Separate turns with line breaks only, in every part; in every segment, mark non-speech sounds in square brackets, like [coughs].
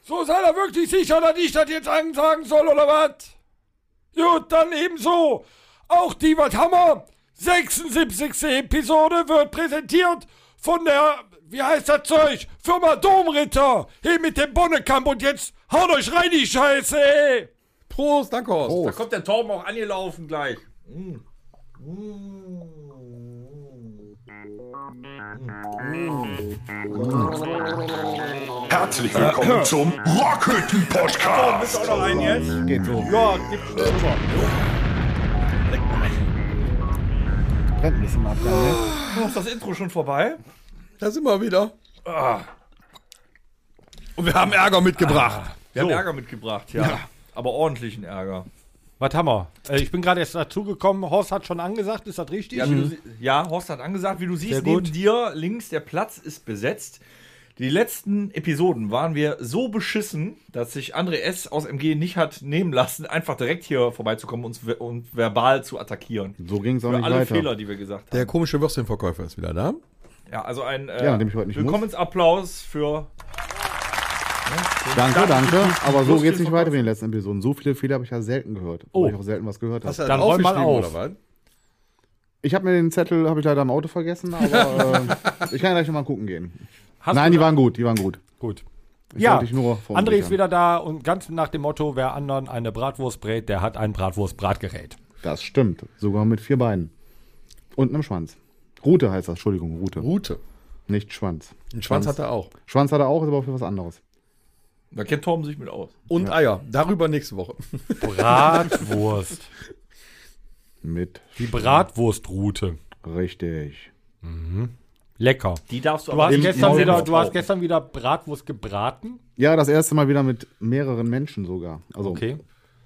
So sei er wirklich sicher, dass ich das jetzt ansagen soll, oder was? Gut, dann ebenso. Auch die was Hammer 76. Episode wird präsentiert von der, wie heißt das Zeug? Firma Domritter. Hier mit dem Bonnekamp und jetzt haut euch rein, die Scheiße, ey.
Prost, danke Horst.
Da kommt der Torben auch angelaufen gleich.
Herzlich willkommen zum Rockhütten Podcast.
Auch noch einen jetzt?
Geht so.
Ja, gibt schon drüber.
Brennt ein bisschen ab. Dann, ne?
Oh, ist das Intro schon vorbei?
Da sind wir wieder. Ah. Und wir haben Ärger mitgebracht.
Wir haben Ärger mitgebracht, ja. Aber ordentlichen Ärger.
Was Hammer? Äh, ich bin gerade erst dazugekommen. Horst hat schon angesagt, ist das richtig?
Ja, wie du, sie- ja, Horst hat angesagt, wie du siehst,
Sehr
neben
gut.
dir links der Platz ist besetzt. Die letzten Episoden waren wir so beschissen, dass sich André S. aus MG nicht hat nehmen lassen, einfach direkt hier vorbeizukommen und, uns- und verbal zu attackieren.
So ging es auch
Für
nicht
alle
weiter.
Fehler, die wir gesagt haben.
Der komische Würstchenverkäufer ist wieder da.
Ja, also ein äh,
Ja, an dem ich heute nicht muss.
Willkommensapplaus für
Danke, danke. Aber so
Lust
geht's
hier
nicht weiter mit den letzten Episoden. So viele Fehler habe ich ja selten gehört. Oh. ich auch selten was gehört habe.
Dann räum mal auf.
oder was?
Ich habe mir den Zettel, habe ich leider im Auto vergessen, aber äh, ich kann gleich nochmal gucken gehen.
Hast
Nein,
du
die waren gut, die waren gut.
Gut.
Ich
ja,
wollte dich nur vor-
André ist wieder da und ganz nach dem Motto, wer anderen eine Bratwurst brät, der hat ein Bratwurstbratgerät.
Das stimmt. Sogar mit vier Beinen. Und einem Schwanz. Rute heißt das, Entschuldigung, Rute.
Rute.
Nicht Schwanz.
Einen Schwanz hat er auch.
Schwanz hat er auch, ist aber für was anderes.
Da kennt Torben sich mit aus.
Und Eier. Darüber nächste Woche.
Bratwurst.
Mit.
Die Bratwurstrute.
Richtig.
Lecker.
Die darfst
Du hast,
Im-
gestern
im-
wieder, du hast gestern wieder Bratwurst gebraten.
Ja, das erste Mal wieder mit mehreren Menschen sogar. Also
Okay.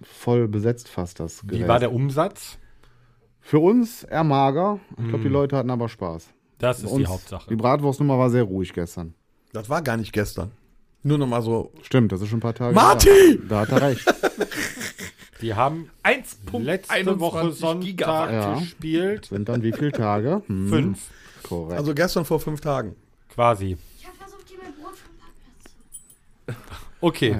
voll besetzt fast das Gerät.
Wie war der Umsatz?
Für uns eher mager. Ich glaube, die Leute hatten aber Spaß.
Hm. Das ist
Uns,
die Hauptsache.
Die Bratwurstnummer war sehr ruhig gestern.
Das war gar nicht gestern. Nur noch mal so.
Stimmt, das ist schon ein paar Tage.
Marti!
her. Da hat er recht.
[laughs] Die haben letzte
1.21
Woche Sonntag
Gigawatt.
Ja.
gespielt.
Sind dann wie viele Tage? Hm,
Fünf,
Korrekt.
Also gestern vor fünf Tagen.
quasi.
Ich habe versucht, dir mein Brot vom Parkplatz zu
Okay.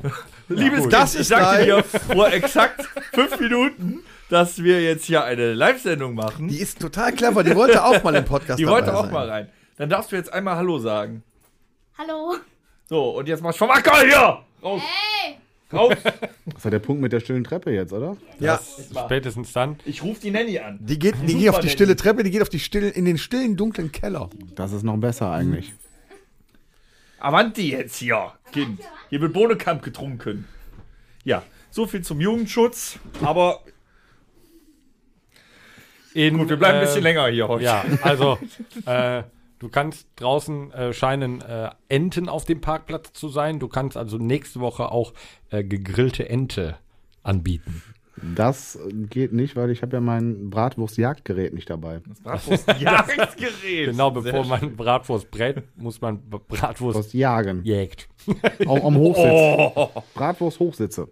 gut.
Liebes Kind,
Das
ich
ist
sagte
live.
dir vor exakt fünf Minuten, dass wir jetzt hier eine Live-Sendung machen.
Die
Die,
ist total clever. [laughs] Die wollte auch mal im Podcast
wollte
dabei
auch
sein.
mal rein. Dann darfst du jetzt einmal Hallo sagen.
Hallo.
So, und jetzt machst du vom Acker hier! Raus,
Hey!
raus!
Das war der Punkt mit der stillen Treppe jetzt, oder?
Ja.
Spätestens dann.
Ich rufe die Nanny an.
Die geht, die geht auf die stille Treppe, die geht auf die stillen, in den stillen, dunklen Keller.
Das ist noch besser eigentlich.
Avanti jetzt hier, Kind. Hier wird Bohnekamp getrunken. Ja, so viel zum Jugendschutz, aber
In,
gut, wir bleiben ein
äh,
bisschen länger hier heute.
Ja, also äh, du kannst draußen äh, scheinen äh, Enten auf dem Parkplatz zu sein. Du kannst also nächste Woche auch äh, gegrillte Ente anbieten.
Das geht nicht, weil ich habe ja mein Bratwurstjagdgerät nicht dabei.
[laughs] Jahresgerät.
Genau, bevor man Bratwurst brät, muss man B- Bratwurst
Bratwurst jagen.
jägt.
Auch am Hochsitz.
[laughs] Oh.
Bratwurst Hochsitze.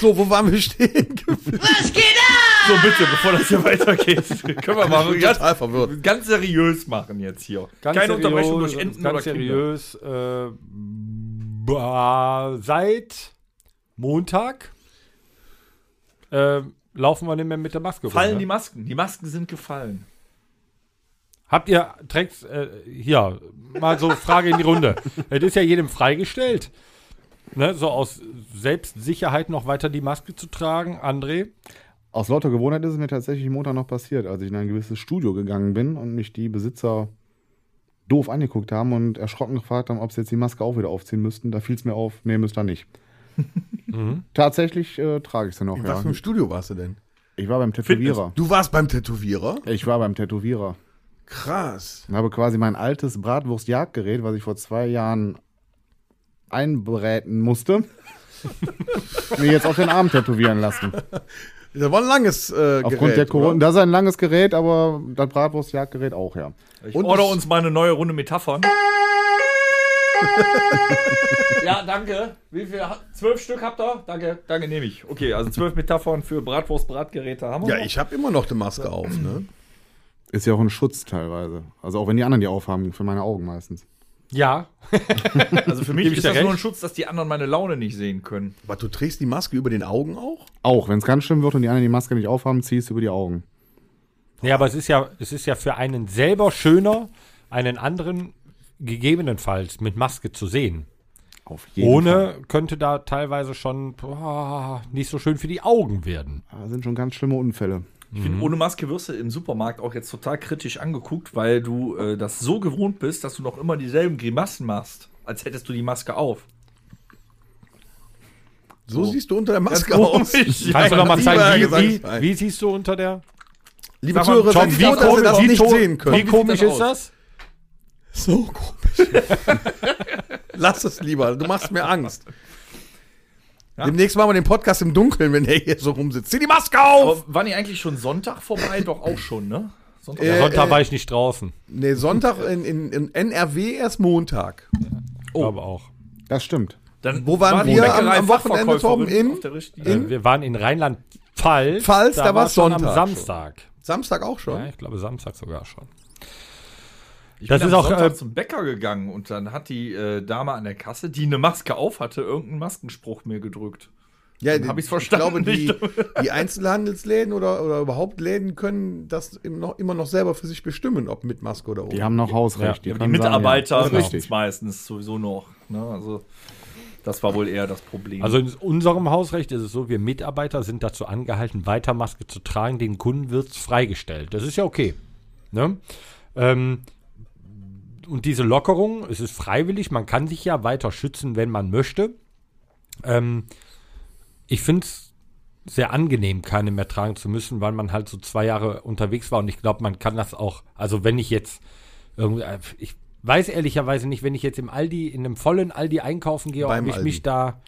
So, wo waren wir stehen?
Was geht ab?
So, bitte, bevor das hier weitergeht, [laughs] können wir mal ganz,
[laughs] total verwirrt.
ganz seriös machen jetzt hier.
Ganz seriös, also
Keine Unterbrechung durch Enten
ganz
oder Kinder.
seriös. Äh, ba- seit Montag äh, laufen wir nicht mehr mit der Maske rum,
Fallen
ne?
die Masken. Die Masken sind gefallen.
Habt ihr, trägt's, äh, hier, mal so Frage in die
[laughs]
Runde. Es ist ja jedem freigestellt, ne, so aus Selbstsicherheit noch weiter die Maske zu tragen. André,
Aus lauter Gewohnheit ist es mir tatsächlich Montag noch passiert, als ich in ein gewisses Studio gegangen bin und mich die Besitzer doof angeguckt haben und erschrocken gefragt haben, ob sie jetzt die Maske auch wieder aufziehen müssten. Da fiel es mir auf, nee, müsst ihr nicht. Tatsächlich äh, trage ich sie noch,
In was
ja.
für einem Studio warst du denn?
Ich war beim Tätowierer.
Du warst beim Tätowierer?
Ich war beim Tätowierer
Krass.
und habe quasi mein altes Bratwurstjagdgerät, was ich vor zwei Jahren
[laughs]
einbräten musste, mir jetzt auf den Arm tätowieren lassen.
Das war ein langes äh,
Aufgrund
Gerät,
der
[laughs]
Corona.
oder?
Das ist ein langes Gerät, aber das Bratwurstjagdgerät auch, ja.
Ich
Und
order
es-
uns mal eine neue Runde Metaphern. ja, danke. Wie viel? ha- Zwölf Stück habt ihr? Danke, danke, nehme ich. Okay, also zwölf Metaphern für Bratwurst-Bratgeräte haben wir.
Ja,
noch.
ich habe immer noch die Maske auf, ne?
Ist ja auch ein Schutz teilweise. Also auch wenn die anderen die aufhaben, für meine Augen meistens.
Ja.
[laughs] Also für mich ist das nur ein Schutz, dass die anderen meine Laune nicht sehen können.
Aber du trägst die Maske über den Augen auch?
Auch, wenn es ganz schlimm wird und die anderen die Maske nicht aufhaben, ziehst du über die Augen.
Ja, aber es ist ja, es ist ja für einen selber schöner, einen anderen gegebenenfalls mit Maske zu sehen.
Auf
Ohne könnte da teilweise schon boah, nicht so schön für die Augen werden.
Da sind schon ganz schlimme Unfälle.
Ich finde, ohne Maske wirst du im Supermarkt auch jetzt total kritisch angeguckt, weil du äh, das so gewohnt bist, dass du noch immer dieselben Grimassen machst, als hättest du die Maske auf.
So, siehst du unter der Maske
Ganz
aus.
komisch.
Kannst du
Ja,
noch mal
lieber
zeigen,
gesagt,
wie, wie,
nein.
wie siehst du unter der?
Liebe
Sag mal,
Zuhörer,
Tom,
seid
wie
froh, dass ihr
komisch-
das
wie
nicht
to-
sehen
Wie
könnt.
komisch
das
ist
aus?
das?
So komisch. [laughs] Lass es lieber, du machst mir Angst. Demnächst machen wir den Podcast im Dunkeln, wenn der hier so rumsitzt. Zieh die Maske auf!
Aber war die eigentlich schon Sonntag vorbei? Doch auch schon, ne? Sonntag.
Äh,
Sonntag war ich nicht draußen.
Nee, Sonntag in, in, in NRW erst Montag.
Oh. Glaube auch.
Das stimmt.
Dann
wo waren
war die
wir am- am
Bäckerei
Wochenende,
Fachverkäuferin
Torben, in-
auf der richtigen-
Äh, wir waren in Rheinland-Pfalz.
Pfalz, da war's
schon
Sonntag
Am Samstag.
Samstag auch schon.
Ja, ich glaube Samstag sogar schon.
Ich
Das
bin
ist
am
auch,
Sonntag
äh,
zum Bäcker gegangen und dann hat die äh, Dame an der Kasse, die eine Maske auf hatte, irgendeinen Maskenspruch mir gedrückt.
Ja,
hab ich's verstanden,
Ich glaube, die, die Einzelhandelsläden oder, oder überhaupt Läden können das im noch, immer noch selber für sich bestimmen, ob mit Maske oder ohne.
Die haben noch Hausrecht.
die
können
Mitarbeiter
sagen, ja, das ist
wissen's
richtig.
meistens sowieso noch. Ne? Also, das war wohl eher das Problem.
Also in unserem Hausrecht ist es so, wir Mitarbeiter sind dazu angehalten, weiter Maske zu tragen. Den Kunden wird es freigestellt. Das ist ja okay. Ne? Ähm, und diese Lockerung, es ist freiwillig, man kann sich ja weiter schützen, wenn man möchte. Ähm, ich finde es sehr angenehm, keine mehr tragen zu müssen, weil man halt so zwei Jahre unterwegs war und ich glaube, man kann das auch, also wenn ich jetzt irgendwie, äh, ich weiß ehrlicherweise nicht, wenn ich jetzt im Aldi, in einem vollen Aldi einkaufen gehe,
Beim
ob ich
Aldi.
mich da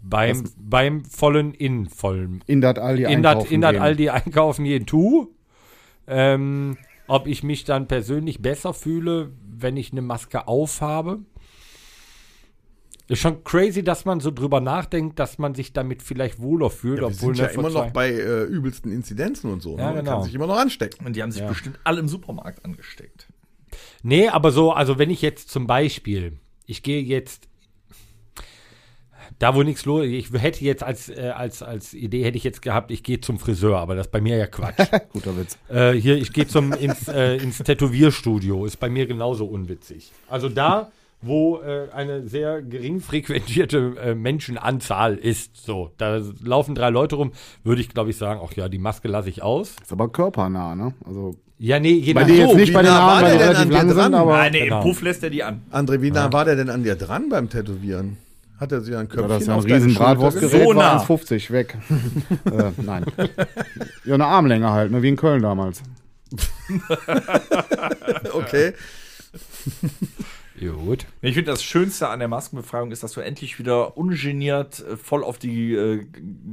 beim, beim vollen, in vollem,
In das Aldi
in dat,
einkaufen
in dat
gehen.
Aldi einkaufen gehen tu, ähm, ob ich mich dann persönlich besser fühle, wenn ich eine Maske aufhabe. Ist schon crazy, dass man so drüber nachdenkt, dass man sich damit vielleicht wohler fühlt,
Wir
obwohl
sind ja
ne, vor
immer noch
zwei-
bei äh, übelsten Inzidenzen und so.
Ja,
ne? Man
genau.
kann sich immer noch anstecken.
und die haben sich bestimmt alle im Supermarkt angesteckt.
Nee, aber so, also wenn ich jetzt zum Beispiel, ich gehe jetzt da wo nichts los ich hätte jetzt als, äh, als, als Idee hätte ich jetzt gehabt, ich gehe zum Friseur, aber das ist bei mir ja Quatsch.
[laughs] Guter Witz.
Äh, hier, ich gehe zum ins, äh, ins Tätowierstudio. Ist bei mir genauso unwitzig. Also da, wo äh, eine sehr gering frequentierte äh, Menschenanzahl ist, so, da laufen drei Leute rum, würde ich, glaube ich, sagen, ach ja, die Maske lasse ich aus.
Ist aber körpernah, ne? Also
Ja, nee, je
bei
nach-
dir jetzt
so,
nicht
wie
bei den
nah war
Haaren, weil die
der denn
relativ
an
lang
dir
sind,
dran?
aber
Nein, nee,
genau.
im Puff lässt er die an.
André, wie nah war der denn an dir dran beim Tätowieren? Hat er sich ein
ja,
Köpfchen
das ist ja ein
auf deine
riesen
Schulter
Bratwurstgerät,
So nah.
war 1,50 weg. äh, nein. Ja, eine Armlänge halt, ne? wie in Köln damals.
gesetzt? Okay.
Ja, gut.
Ich finde, das Schönste an der Maskenbefreiung ist, dass du endlich wieder ungeniert äh, voll auf die äh,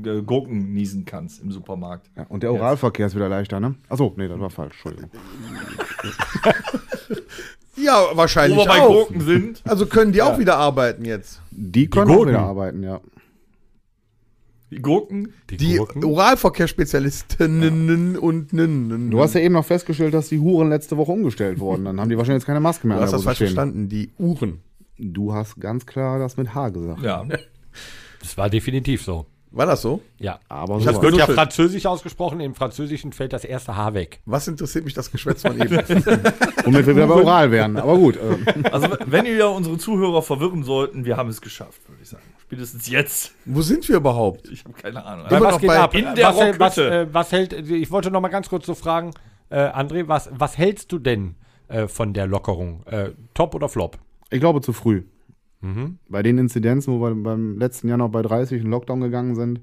G- Gurken niesen kannst im Supermarkt.
Ja, und der Oralverkehr ist wieder leichter, ne? Achso, nee, das war falsch, Entschuldigung.
Ja,
Wo
wahrscheinlich
wir bei
auch.
Gurken sind.
Also können die auch wieder arbeiten jetzt.
Die können auch
Gurken.
wieder arbeiten, ja.
Die Gurken.
Die Oralverkehrsspezialistinnen und Ninnen.
Du hast ja eben noch festgestellt, dass die Huren letzte Woche umgestellt wurden. Dann haben die wahrscheinlich jetzt keine Maske mehr
Du
an
hast
der
das
Hose
falsch
stehen.
verstanden. Die Uhren.
Du hast ganz klar das mit H gesagt. [laughs]
Ja.
Das war definitiv so.
War das so?
Ja.
Aber
hab's
so.
Wird ja
Also,
schön.
französisch ausgesprochen, im Französischen fällt das erste Haar weg.
Was interessiert mich das Geschwätz von eben?
Womit wir wieder [laughs] bei Oral wären. Aber gut. [laughs] Ähm,
Also, wenn ihr ja unsere Zuhörer verwirren sollten, wir haben es geschafft, würde ich sagen. Spätestens jetzt. [laughs]
Wo sind wir überhaupt?
Ich habe keine Ahnung.
Immer noch bei
In der
was, hält- was,
Rockhütte.
äh, was hält, ich wollte noch mal ganz kurz so fragen, äh, André, was, was hältst du denn äh, von der Lockerung? Äh, top oder Flop?
ich glaube, zu früh. Bei den Inzidenzen, wo wir beim letzten Jahr noch bei 30 in Lockdown gegangen sind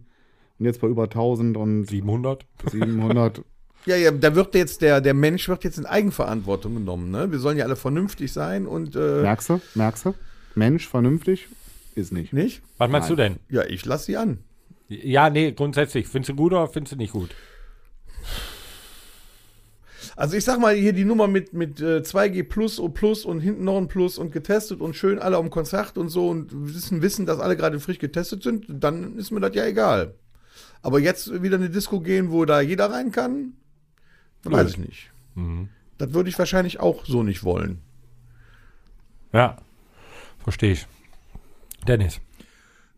und jetzt bei über 1000 und
700?
700.
Ja, ja, da wird jetzt der, der Mensch wird jetzt in Eigenverantwortung genommen. Ne? Wir sollen ja alle vernünftig sein und äh,
merkst du? Merkst du? Mensch, vernünftig ist nicht.
nicht?
Was meinst du denn?
Ja, ich lasse sie an.
Ja, nee, grundsätzlich. Findest du gut oder findest du nicht gut?
Also ich sag mal hier die Nummer mit, mit äh, 2G Plus, O Plus und hinten noch ein Plus und getestet und schön alle am Konzert und so und wissen, wissen, dass alle gerade frisch getestet sind, dann ist mir das ja egal. Aber jetzt wieder in eine Disco gehen, wo da jeder rein kann, weiß ich nicht. Das würde ich wahrscheinlich auch so nicht wollen.
Ja. Verstehe ich. Dennis.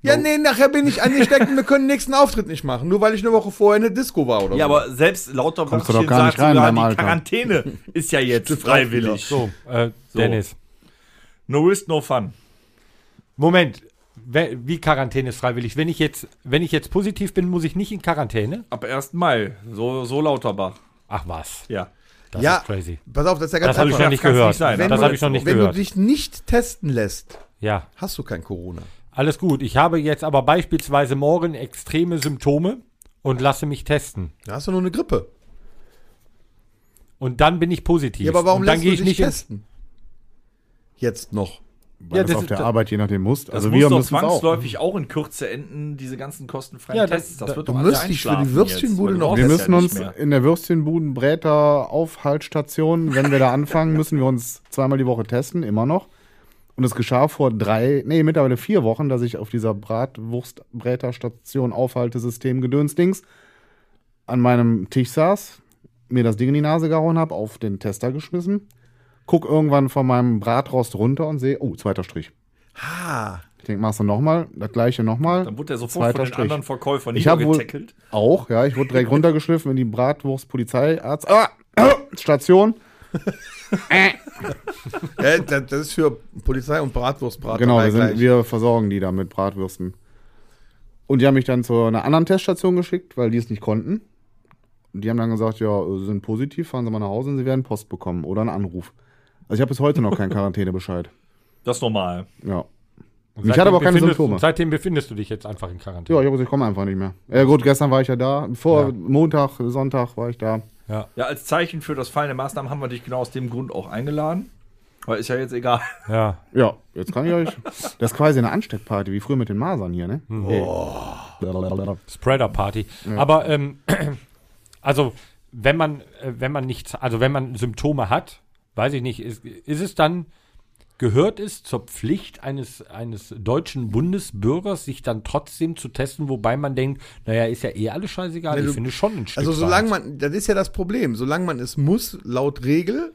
Ja, nee, nachher bin ich angesteckt und wir können den nächsten Auftritt nicht machen, nur weil ich eine Woche vorher in der Disco war oder
Ja,
so.
aber selbst lauter
Kommst du doch gar nicht rein beim
die
Alter. [laughs]
Quarantäne ist ja jetzt freiwillig.
So, äh, Dennis.
No risk, no fun.
Moment. We- Wie Quarantäne ist freiwillig? Wenn ich, jetzt, wenn ich jetzt positiv bin, muss ich nicht in Quarantäne?
Ab 1. Mai. So, so Lauterbach.
Ach was,
Ja.
das
Ja.
ist crazy.
Pass auf, das ist ja ganz
Das habe ich noch
das
nicht
kann's
gehört.
nicht sein,
das
du-
habe ich noch nicht
wenn
gehört.
du dich nicht testen lässt,
Ja,
hast du kein Corona.
alles gut. Ich habe jetzt aber beispielsweise morgen extreme Symptome und lasse mich testen.
Da hast du nur eine Grippe.
Und dann bin ich positiv.
Ja, aber warum
und dann
lässt
gehe
du
ich
dich
nicht ins-
testen? Jetzt noch.
Weil
Ja,
das,
das
auf
ist-
der Arbeit je nachdem musst.
Das
Also
muss
wir
doch
müssen es auch.
zwangsläufig auch in Kürze enden, diese ganzen kostenfreien
Ja, das-
Tests. Das
da-
wird
du
doch alles
müsstest dich für die
einschlafen
Würstchenbude
jetzt, weil
noch-
du
Wir
brauchst es
müssen
ja
uns
nicht mehr.
in der Würstchenbuden, Bräter, Aufhaltstationen, wenn
[laughs]
wir da anfangen, müssen wir uns zweimal die Woche testen, immer noch. Und es geschah vor drei, nee, mittlerweile vier Wochen, dass ich auf dieser Bratwurst, Bräterstation, Aufhaltesystem, Gedönsdings an meinem Tisch saß, mir das Ding in die Nase gehauen habe, auf den Tester geschmissen, guck irgendwann von meinem Bratrost runter und sehe, oh, zweiter Strich.
Ha.
Ich denke, machst du nochmal, das gleiche nochmal.
Dann wurde er sofort von den anderen Verkäufern
Ich habe wohl
niedergetackelt.
auch, ja, ich wurde direkt runtergeschliffen in die Bratwurst Polizeiarzt ah, [coughs] ah, Station.
Ja, das, das ist für Polizei und Bratwurstbraten.
genau, wir, sind, wir versorgen die da mit Bratwürsten. Und die haben mich dann zu einer anderen Teststation geschickt, weil die es nicht konnten. Und die haben dann gesagt, ja, sie sind positiv, fahren Sie mal nach Hause und Sie werden Post bekommen oder einen Anruf. Also ich habe bis heute noch keinen Quarantänebescheid.
Das ist normal.
Ja.
Und
Ich hatte
seitdem
aber keine
befindest-
Symptome.
Seitdem befindest du dich jetzt einfach in Quarantäne.
Ja, ich habe gesagt, ich komme einfach nicht mehr. Ja gut, gestern war ich ja da. Vor
Ja.
Montag, Sonntag war ich da.
Ja, als Zeichen für das Fallen der Maßnahmen haben wir dich genau aus dem Grund auch eingeladen. Weil ist ja jetzt egal. [laughs]
ja.
Ja, jetzt kann ich euch. Das ist quasi eine Ansteckparty, wie früher mit den Masern hier, ne?
Mhm.
Oh.
Spreader Party. Aber ähm, [clears throat] also wenn man äh, wenn man nichts, also wenn man Symptome hat, weiß ich nicht, ist, ist es dann gehört es zur Pflicht eines eines deutschen Bundesbürgers, sich dann trotzdem zu testen, wobei man denkt, naja, ist ja eh alles scheißegal.
Ja,
ich
du-
finde schon ein Stück
Also solange
weit.
man, das ist ja das Problem, solange man es muss, laut Regel,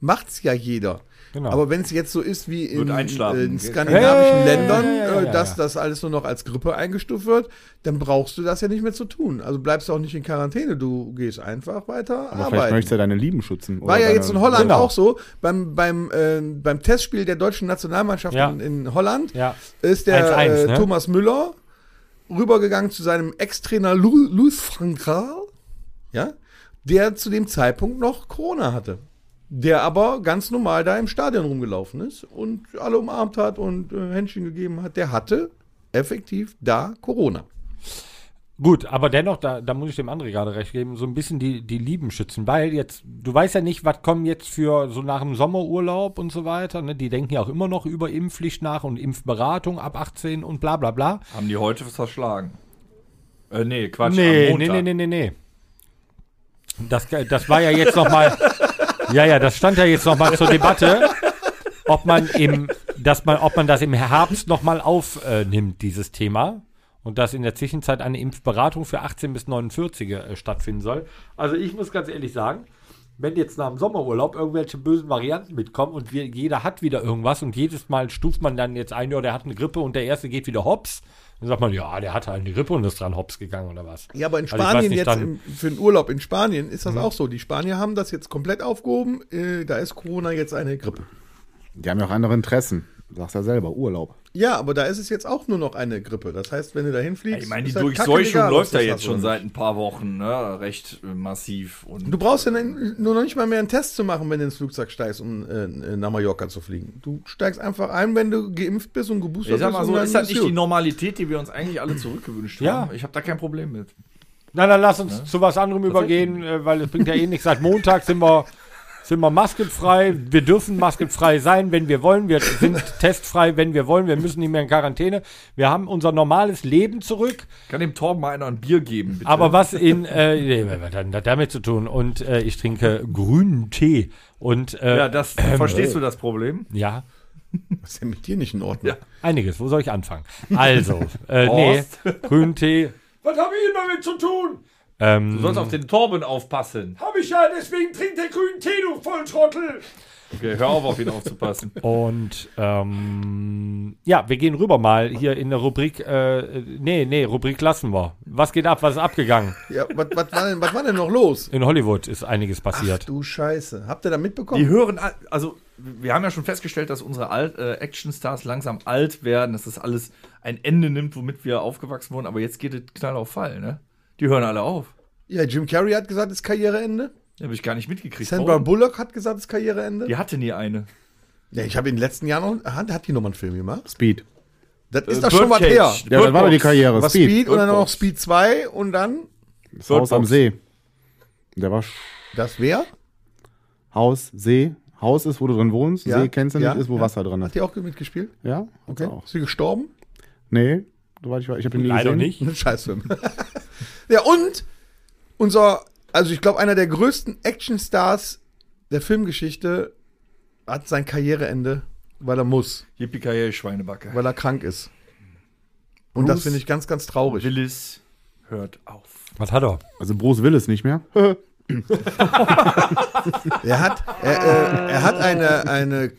macht's ja jeder.
Genau.
Aber wenn es jetzt so ist wie in, äh,
Wird einschlafen.
in skandinavischen
Ja, ja, ja,
Ländern,
ja, ja, ja,
äh,
ja,
dass
ja.
das alles nur noch als Grippe eingestuft wird, dann brauchst du das ja nicht mehr zu tun. Also bleibst du auch nicht in Quarantäne, du gehst einfach weiter
Aber vielleicht
arbeiten.
möchtest du ja deine Lieben schützen.
War
oder
ja
deine-
jetzt in Holland
Genau.
auch so. Beim, beim, äh, beim Testspiel der deutschen Nationalmannschaft
Ja.
in, in Holland
Ja.
ist
1-1,
der äh,
ne?
Thomas Müller rübergegangen zu seinem Ex-Trainer Lu- Luis Frankal, ja, der zu dem Zeitpunkt noch Corona hatte. Der aber ganz normal da im Stadion rumgelaufen ist und alle umarmt hat und äh, Händchen gegeben hat. Der hatte effektiv da Corona.
Gut, aber dennoch, da, da muss ich dem André gerade recht geben, so ein bisschen die, die Lieben schützen, weil jetzt, du weißt ja nicht, was kommen jetzt für so nach dem Sommerurlaub und so weiter, ne? Die denken ja auch immer noch über Impfpflicht nach und Impfberatung ab 18 und bla bla bla.
Haben die heute verschlagen. Äh, nee, Quatsch.
nee,
am
nee,
Montag.
nee, nee, nee, nee. Das, das war ja jetzt [laughs] nochmal, ja, ja, das stand ja jetzt nochmal zur Debatte, ob man im, dass man, ob man das im Herbst nochmal aufnimmt, dieses Thema. Und dass in der Zwischenzeit eine Impfberatung für 18- bis 49er äh, stattfinden soll. Also ich muss ganz ehrlich sagen, wenn jetzt nach dem Sommerurlaub irgendwelche bösen Varianten mitkommen und wir, jeder hat wieder irgendwas und jedes Mal stuft man dann jetzt ein, ja, der hat eine Grippe und der erste geht wieder hops, dann sagt man, ja, der hatte eine Grippe und ist dran hops gegangen oder was.
Ja, aber in
Also ich weiß
Spanien
nicht,
jetzt,
dann- Mhm.
im, für den Urlaub in Spanien ist das auch so. Die Spanier haben das jetzt komplett aufgehoben. Äh, da ist Corona jetzt eine Grippe.
Die haben ja auch andere Interessen. Sagst ja selber, Urlaub.
Ja, aber da ist es jetzt auch nur noch eine Grippe. Das heißt, wenn du da hinfliegst.
Ich meine, die
ist halt
Durchseuchung
kackegal, ob
läuft
du
ja
das
jetzt
hast
schon
oder
seit
nicht.
ein paar Wochen ne? recht äh, massiv. Und
Du brauchst ja dann nur noch nicht mal mehr einen Test zu machen, wenn du ins Flugzeug steigst, um äh, nach Mallorca zu fliegen. Du steigst einfach ein, wenn du geimpft bist und geboostert
ich sag mal
bist.
so,
und
ist das nicht die
gut.
Normalität, die wir uns eigentlich alle zurückgewünscht
Ja.
haben? Ich habe da kein Problem mit.
Na, dann lass
Ne?
uns zu was anderem übergehen, äh, weil es bringt ja eh nichts. Seit Montag sind wir, sind wir maskenfrei. Wir dürfen maskenfrei sein, wenn wir wollen. Wir
[laughs]
sind testfrei, wenn wir wollen. Wir müssen nicht mehr in Quarantäne. Wir haben unser normales Leben zurück.
Kann dem Torben mal einer ein Bier geben, bitte?
Aber was in, äh, nee, was hat denn das damit zu tun? Und äh, ich trinke grünen Tee. Und äh,
ja,
ja,
das verstehst du das Problem?
Was ist denn mit dir nicht in Ordnung?
einiges. Wo soll ich anfangen? Also, äh, nee,
Horst?
grünen Tee.
Was habe ich damit zu tun?
Ähm,
Du sollst auf den Torben aufpassen.
Hab ich ja, deswegen trinkt der grünen Tee, du Volltrottel.
Okay, hör auf, auf ihn aufzupassen.
Und ähm, ja, wir gehen rüber mal hier in der Rubrik. Äh, nee, nee, Rubrik lassen wir. Was geht ab? Was ist abgegangen?
[laughs] Ja, was, was, war, denn, was war denn noch los?
In Hollywood ist einiges
Ach
passiert.
du Scheiße. Habt ihr da
Die
mitbekommen?
hören, al- also wir haben ja schon festgestellt, dass unsere Alt, äh, Actionstars langsam alt werden, dass das alles ein Ende nimmt, womit wir aufgewachsen wurden. Aber jetzt geht es knall auf Fall, ne? Die hören alle auf.
Ja, Jim Carrey hat gesagt, es ist Karriereende.
Die habe ich gar nicht mitgekriegt.
Sandra
Warum?
Bullock hat gesagt, es ist Karriereende.
Die hatte nie eine.
Ja, ich habe in den letzten Jahren noch. Hat, hat die nochmal einen Film gemacht?
Speed.
Das ist
Äh,
doch schon was
Birdcage.
her.
Ja, das war doch die
Birdbox.
Karriere.
Was Speed,
Speed.
und dann noch
Birdbox.
Speed 2 und dann.
Das Haus am
Birdbox.
See. Der war sch-
Das wäre?
Haus, See. Haus ist, wo du drin wohnst.
Ja,
See kennst du
ja,
nicht, ist, wo
ja.
Wasser drin
Hat
ist.
die auch mitgespielt?
Ja, okay.
Ist sie gestorben? [laughs]
Nee, soweit ich weiß. Ich habe ihn nie
Leider
gesehen.
nicht.
Ein Scheißfilm. [laughs] ja, und unser, also ich glaube, einer der größten Actionstars der Filmgeschichte hat sein Karriereende, weil er muss,
Yippie Schweinebacke.
weil er krank ist. Und das
Bruce
finde ich ganz, ganz traurig.
Willis hört auf.
Was hat er?
Also Bruce Willis nicht mehr.
Er hat, er, äh, er hat eine, eine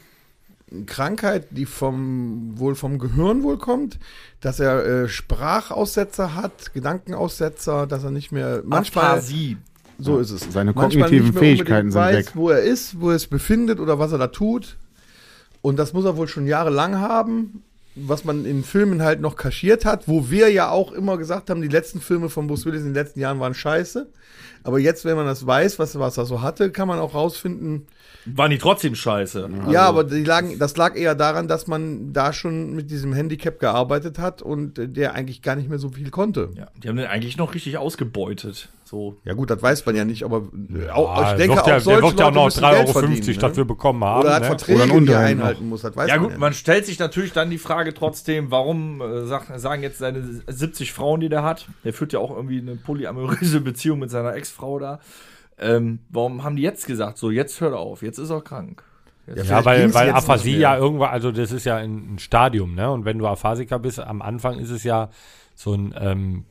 Krankheit, die vom, wohl vom Gehirn wohl kommt, dass er äh, Sprachaussetzer hat, Gedankenaussetzer, dass er nicht mehr manchmal
sie.
so ist es.
Seine
Manchmal
kognitiven
nicht mehr unbedingt
Fähigkeiten sind
weiß,
weg.
wo er ist, wo er es befindet oder was er da tut. Und das muss er wohl schon jahrelang haben, was man in Filmen halt noch kaschiert hat, wo wir ja auch immer gesagt haben, die letzten Filme von Bruce Willis in den letzten Jahren waren scheiße. Aber jetzt, wenn man das weiß, was, was er so hatte, kann man auch rausfinden,
Waren die trotzdem scheiße?
Also
ja, aber die lagen, das lag eher daran, dass man da schon mit diesem Handicap gearbeitet hat und äh, der eigentlich gar nicht mehr so viel konnte.
Ja, die haben den eigentlich noch richtig ausgebeutet. So.
Ja gut, das weiß man ja nicht, aber äh, auch,
Ah,
ich denke,
wird ja,
auch solche
der wird ja
Leute
noch
müssen Geld
3,50 Euro
verdienen, ne?
dafür bekommen haben.
Oder hat
ne?
Verträge,
Oder ein
die er
Unterhemd
einhalten muss, das weiß
Ja
man
gut, man stellt sich natürlich dann die Frage trotzdem, warum äh, sag, sagen jetzt seine 70 Frauen, die der hat, der führt ja auch irgendwie eine polyamoröse Beziehung mit seiner Ex-Frau da, ähm, warum haben die jetzt gesagt, so jetzt hört auf, jetzt ist er krank.
ja,
Ja,
vielleicht
weil,
ging's
weil
jetzt
Aphasie
nicht
ja
mehr.
irgendwann, also das ist ja ein, ein Stadium, ne? Und wenn du Aphasiker bist, am Anfang ist es ja so ein, ähm,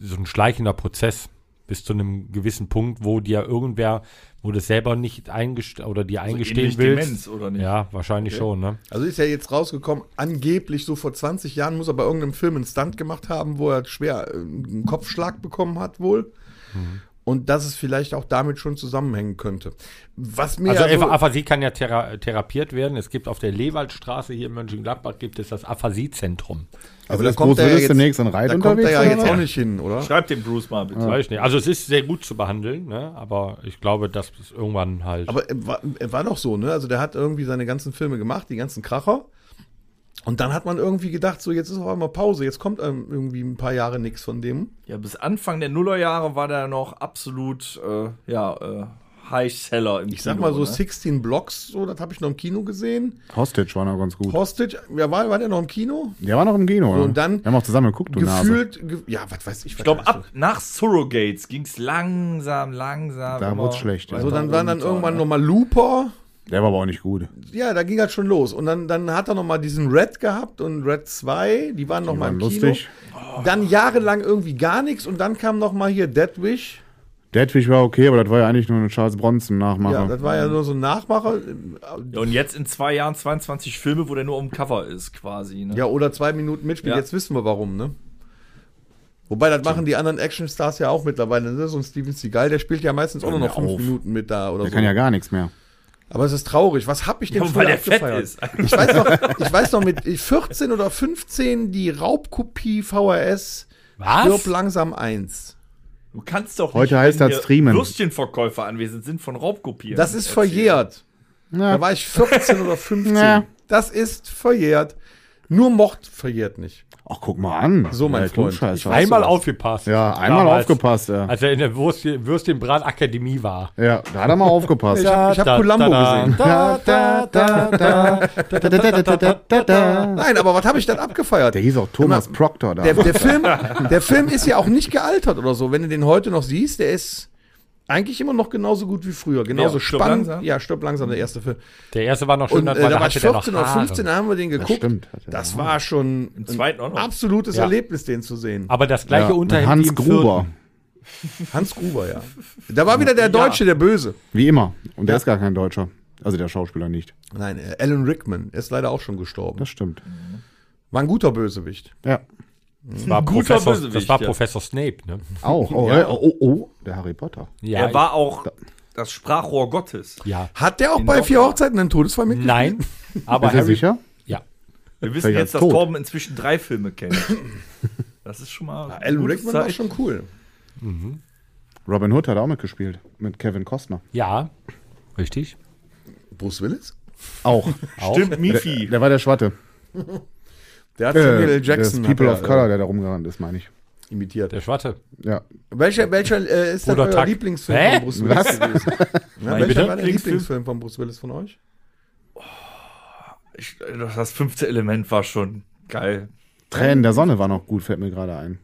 so ein schleichender Prozess bis zu einem gewissen Punkt, wo dir irgendwer, wo das selber nicht eingest oder dir eingestehen
ähnlich
willst.
Demenz, oder nicht?
Ja, wahrscheinlich schon, ne?
Also ist ja jetzt rausgekommen, angeblich so vor 20 Jahren muss er bei irgendeinem Film einen Stunt gemacht haben, wo er schwer äh, einen Kopfschlag bekommen hat wohl.
Mhm.
Und dass es vielleicht auch damit schon zusammenhängen könnte. Was mir
Also
ja so-
Aphasie kann ja thera therapiert werden. Es gibt auf der Lewaldstraße hier in Mönchengladbach gibt es das Aphasie-Zentrum.
Also
da
ist
kommt
Bruce
er ja
Willis
jetzt-
demnächst in Reit
Da kommt er
unterwegs?
ja
oder
jetzt
was?
auch nicht hin, oder?
Schreib den Bruce mal bitte.
Weiß ich nicht. Also es ist sehr gut zu behandeln, ne? Aber ich glaube, dass es irgendwann halt.
Aber er war, er war doch so, ne? Also der hat irgendwie seine ganzen Filme gemacht, die ganzen Kracher. Und dann hat man irgendwie gedacht, so jetzt ist auf einmal Pause, jetzt kommt einem irgendwie ein paar Jahre nichts von dem.
Ja, bis Anfang der Nullerjahre war der noch absolut, äh, ja, äh, Highseller im
Ich sag mal so
ne?
16 Blocks, so, das habe ich noch im Kino gesehen.
Hostage war noch ganz gut.
Hostage, ja, war, war der noch im Kino?
Der war noch im Kino, oder?
und dann-
Wir haben auch zusammen geguckt, du Nase.
Gefühlt, ge ja, was weiß ich.
Ich glaube, ab nach Surrogates ging es langsam, langsam.
Da
immer
wurd's schlecht, ja.
So, Also, dann
weiter
waren dann
runter,
irgendwann
ne?
nochmal Looper.
Der war aber auch nicht gut.
Ja, da ging halt schon los. Und dann, dann hat er nochmal diesen Red gehabt und Red 2, die waren nochmal im
waren
Kino.
lustig.
Dann jahrelang irgendwie gar nichts und dann kam nochmal hier Dead Wish.
Deadwish war okay, aber das war ja eigentlich nur eine Charles Bronson-Nachmache.
Ja, das war ja nur so ein Nachmacher.
Ja, und jetzt in zwei Jahren 22 Filme, wo der nur um Cover ist, quasi. Ne?
Ja, oder zwei Minuten Mitspiel.
Ja.
Jetzt wissen wir warum, ne? Wobei, das machen die anderen Actionstars ja auch mittlerweile. Ne? So ein Steven Seagal, der spielt ja meistens auch nur noch
Hör mir
fünf
auf.
Minuten mit da oder
der
so.
kann ja gar nichts mehr.
Aber es ist traurig. Was hab ich denn
Ja, weil der fett
abgefeiert?
[laughs]
ist.
Ich weiß, noch, ich weiß noch, mit 14 oder 15 die Raubkopie VHS
Was?
Stirb langsam 1,
Du kannst doch
Heute heißt
wenn
das
hier
streamen.
Würstchenverkäufer anwesend sind von Raubkopien.
Das ist
erzählen.
verjährt. Da war ich 14 oder 15.
Ja.
Das ist verjährt. Nur Mord verjährt nicht.
Ach, guck mal an.
So, mein
Ja,
Freund.
Klugscheißer.
Ich
Einmal
Weißt du was?
aufgepasst.
Ja, einmal aufgepasst, ja.
Als er in der Würstchen, Würstchenbrat-Akademie war.
Ja, da hat er mal aufgepasst.
Ich hab- ich hab Columbo gesehen.
Da, da, da, da, da, da, da, da, da, da, da.
Nein, aber was habe ich dann abgefeiert?
Der hieß auch Thomas Proctor da.
Der, der, Film, der Film ist ja auch nicht gealtert oder so. Wenn du den heute noch siehst, der ist eigentlich immer noch genauso gut wie früher. Genauso
Ja, Stirb
spannend.
langsam.
Ja, stirb langsam, der erste Film.
Der erste war noch schön,
Und äh,
weil
da war ich
hatte der noch
14 oder
Haare.
15, da haben wir den geguckt. Das,
stimmt, hat er noch
war schon ein
zweiten auch noch.
absolutes
Ja.
Erlebnis, den zu sehen.
Aber das gleiche
Ja, mit
Unterhemd wie
Hans
im
Gruber.
vierten.
Hans Gruber, ja. Da war wieder der Deutsche, der Böse.
Wie immer. Und der ist gar kein Deutscher. Also der Schauspieler nicht.
Nein, äh, Alan Rickman. Er ist leider auch schon gestorben.
Das stimmt.
War ein guter Bösewicht.
Ja.
Das war,
guter
Professor, das
Bösewicht,
war
ja.
Professor Snape, ne?
Auch. Oh, ja. oh, oh, oh, der Harry Potter.
Ja,
er war auch das Sprachrohr Gottes.
ja.
Hat der auch
In
bei
Loch-
vier Hochzeiten einen Todesfall mitgespielt? [laughs]
Nein, aber
Ist er
Harry,
sicher?
ja.
Wir wissen
Vielleicht
jetzt,
als
dass
tot.
Torben inzwischen drei Filme
[laughs]
kennt. Das ist schon mal.
Alan
gutes
Rickman war
Zeichen.
schon cool.
Robin Hood hat auch mitgespielt. Mit Kevin Costner.
Ja, richtig.
Bruce Willis?
Äh,
[laughs]
Auch.
Stimmt,
der,
Mifi.
der war der Schwatte.
Der hat
Äh,
Samuel L. Jackson
das People
hat
of
er,
Color, der da rumgerannt ist, meine ich.
äh, imitiert.
Der Schwatte.
Ja.
Welcher, welcher äh, ist denn
Oder
euer
Tuck.
Lieblingsfilm
Hä?
von Bruce Willis
Was?
gewesen?
bitte?
Ja, welcher war der
Lieblingsfilm?
Lieblingsfilm von Bruce Willis von euch?
Ich, das fünfte Element war schon geil.
Tränen der Sonne war noch gut, fällt mir gerade ein.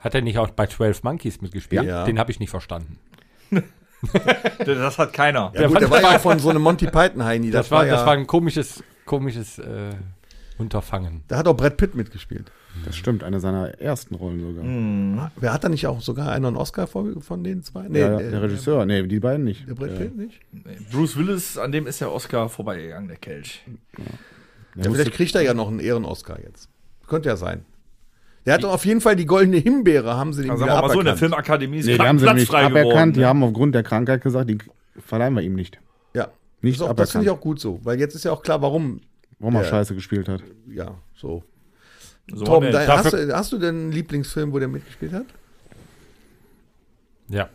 Hat er nicht auch bei 12 Monkeys mitgespielt?
Ja.
Den habe ich nicht verstanden.
Das hat keiner.
Ja, gut, der war ja auch von so einem Monty Python Heini.
Das, war,
ja,
das war ein komisches, komisches äh, Unterfangen.
da hat auch Brad Pitt mitgespielt.
Das stimmt, eine seiner ersten Rollen sogar.
Wer hat da nicht auch sogar einer einen Oscar vor- von den zwei? Nee,
ja,
äh,
der Regisseur, nee, die beiden nicht.
der Brad
Äh,
Pitt nicht?
Bruce Willis, an dem ist der Oscar vorbeigegangen, der Kelch.
Ja, vielleicht kriegt er ja noch einen Ehren-Oscar jetzt. Könnte ja sein. Der hat doch auf jeden Fall die goldene Himbeere, haben sie den
Also sagen
wieder
wir mal so, in der
aberkannt.
Filmakademie ist
nee, die
kein
haben sie
Platz
nämlich
frei
aberkannt,
geworden,
die
ne?
haben aufgrund der Krankheit gesagt, die verleihen wir ihm nicht.
Ja.
Nicht
Ist auch, das finde ich
aberkannt.
auch gut so, weil jetzt ist ja auch klar, warum.
Warum er
Ja.
scheiße gespielt hat.
Ja, so.
So,
Tom,
Moment.
dein,
dafür-
hast, du, hast du denn einen Lieblingsfilm, wo der mitgespielt hat?
Ja,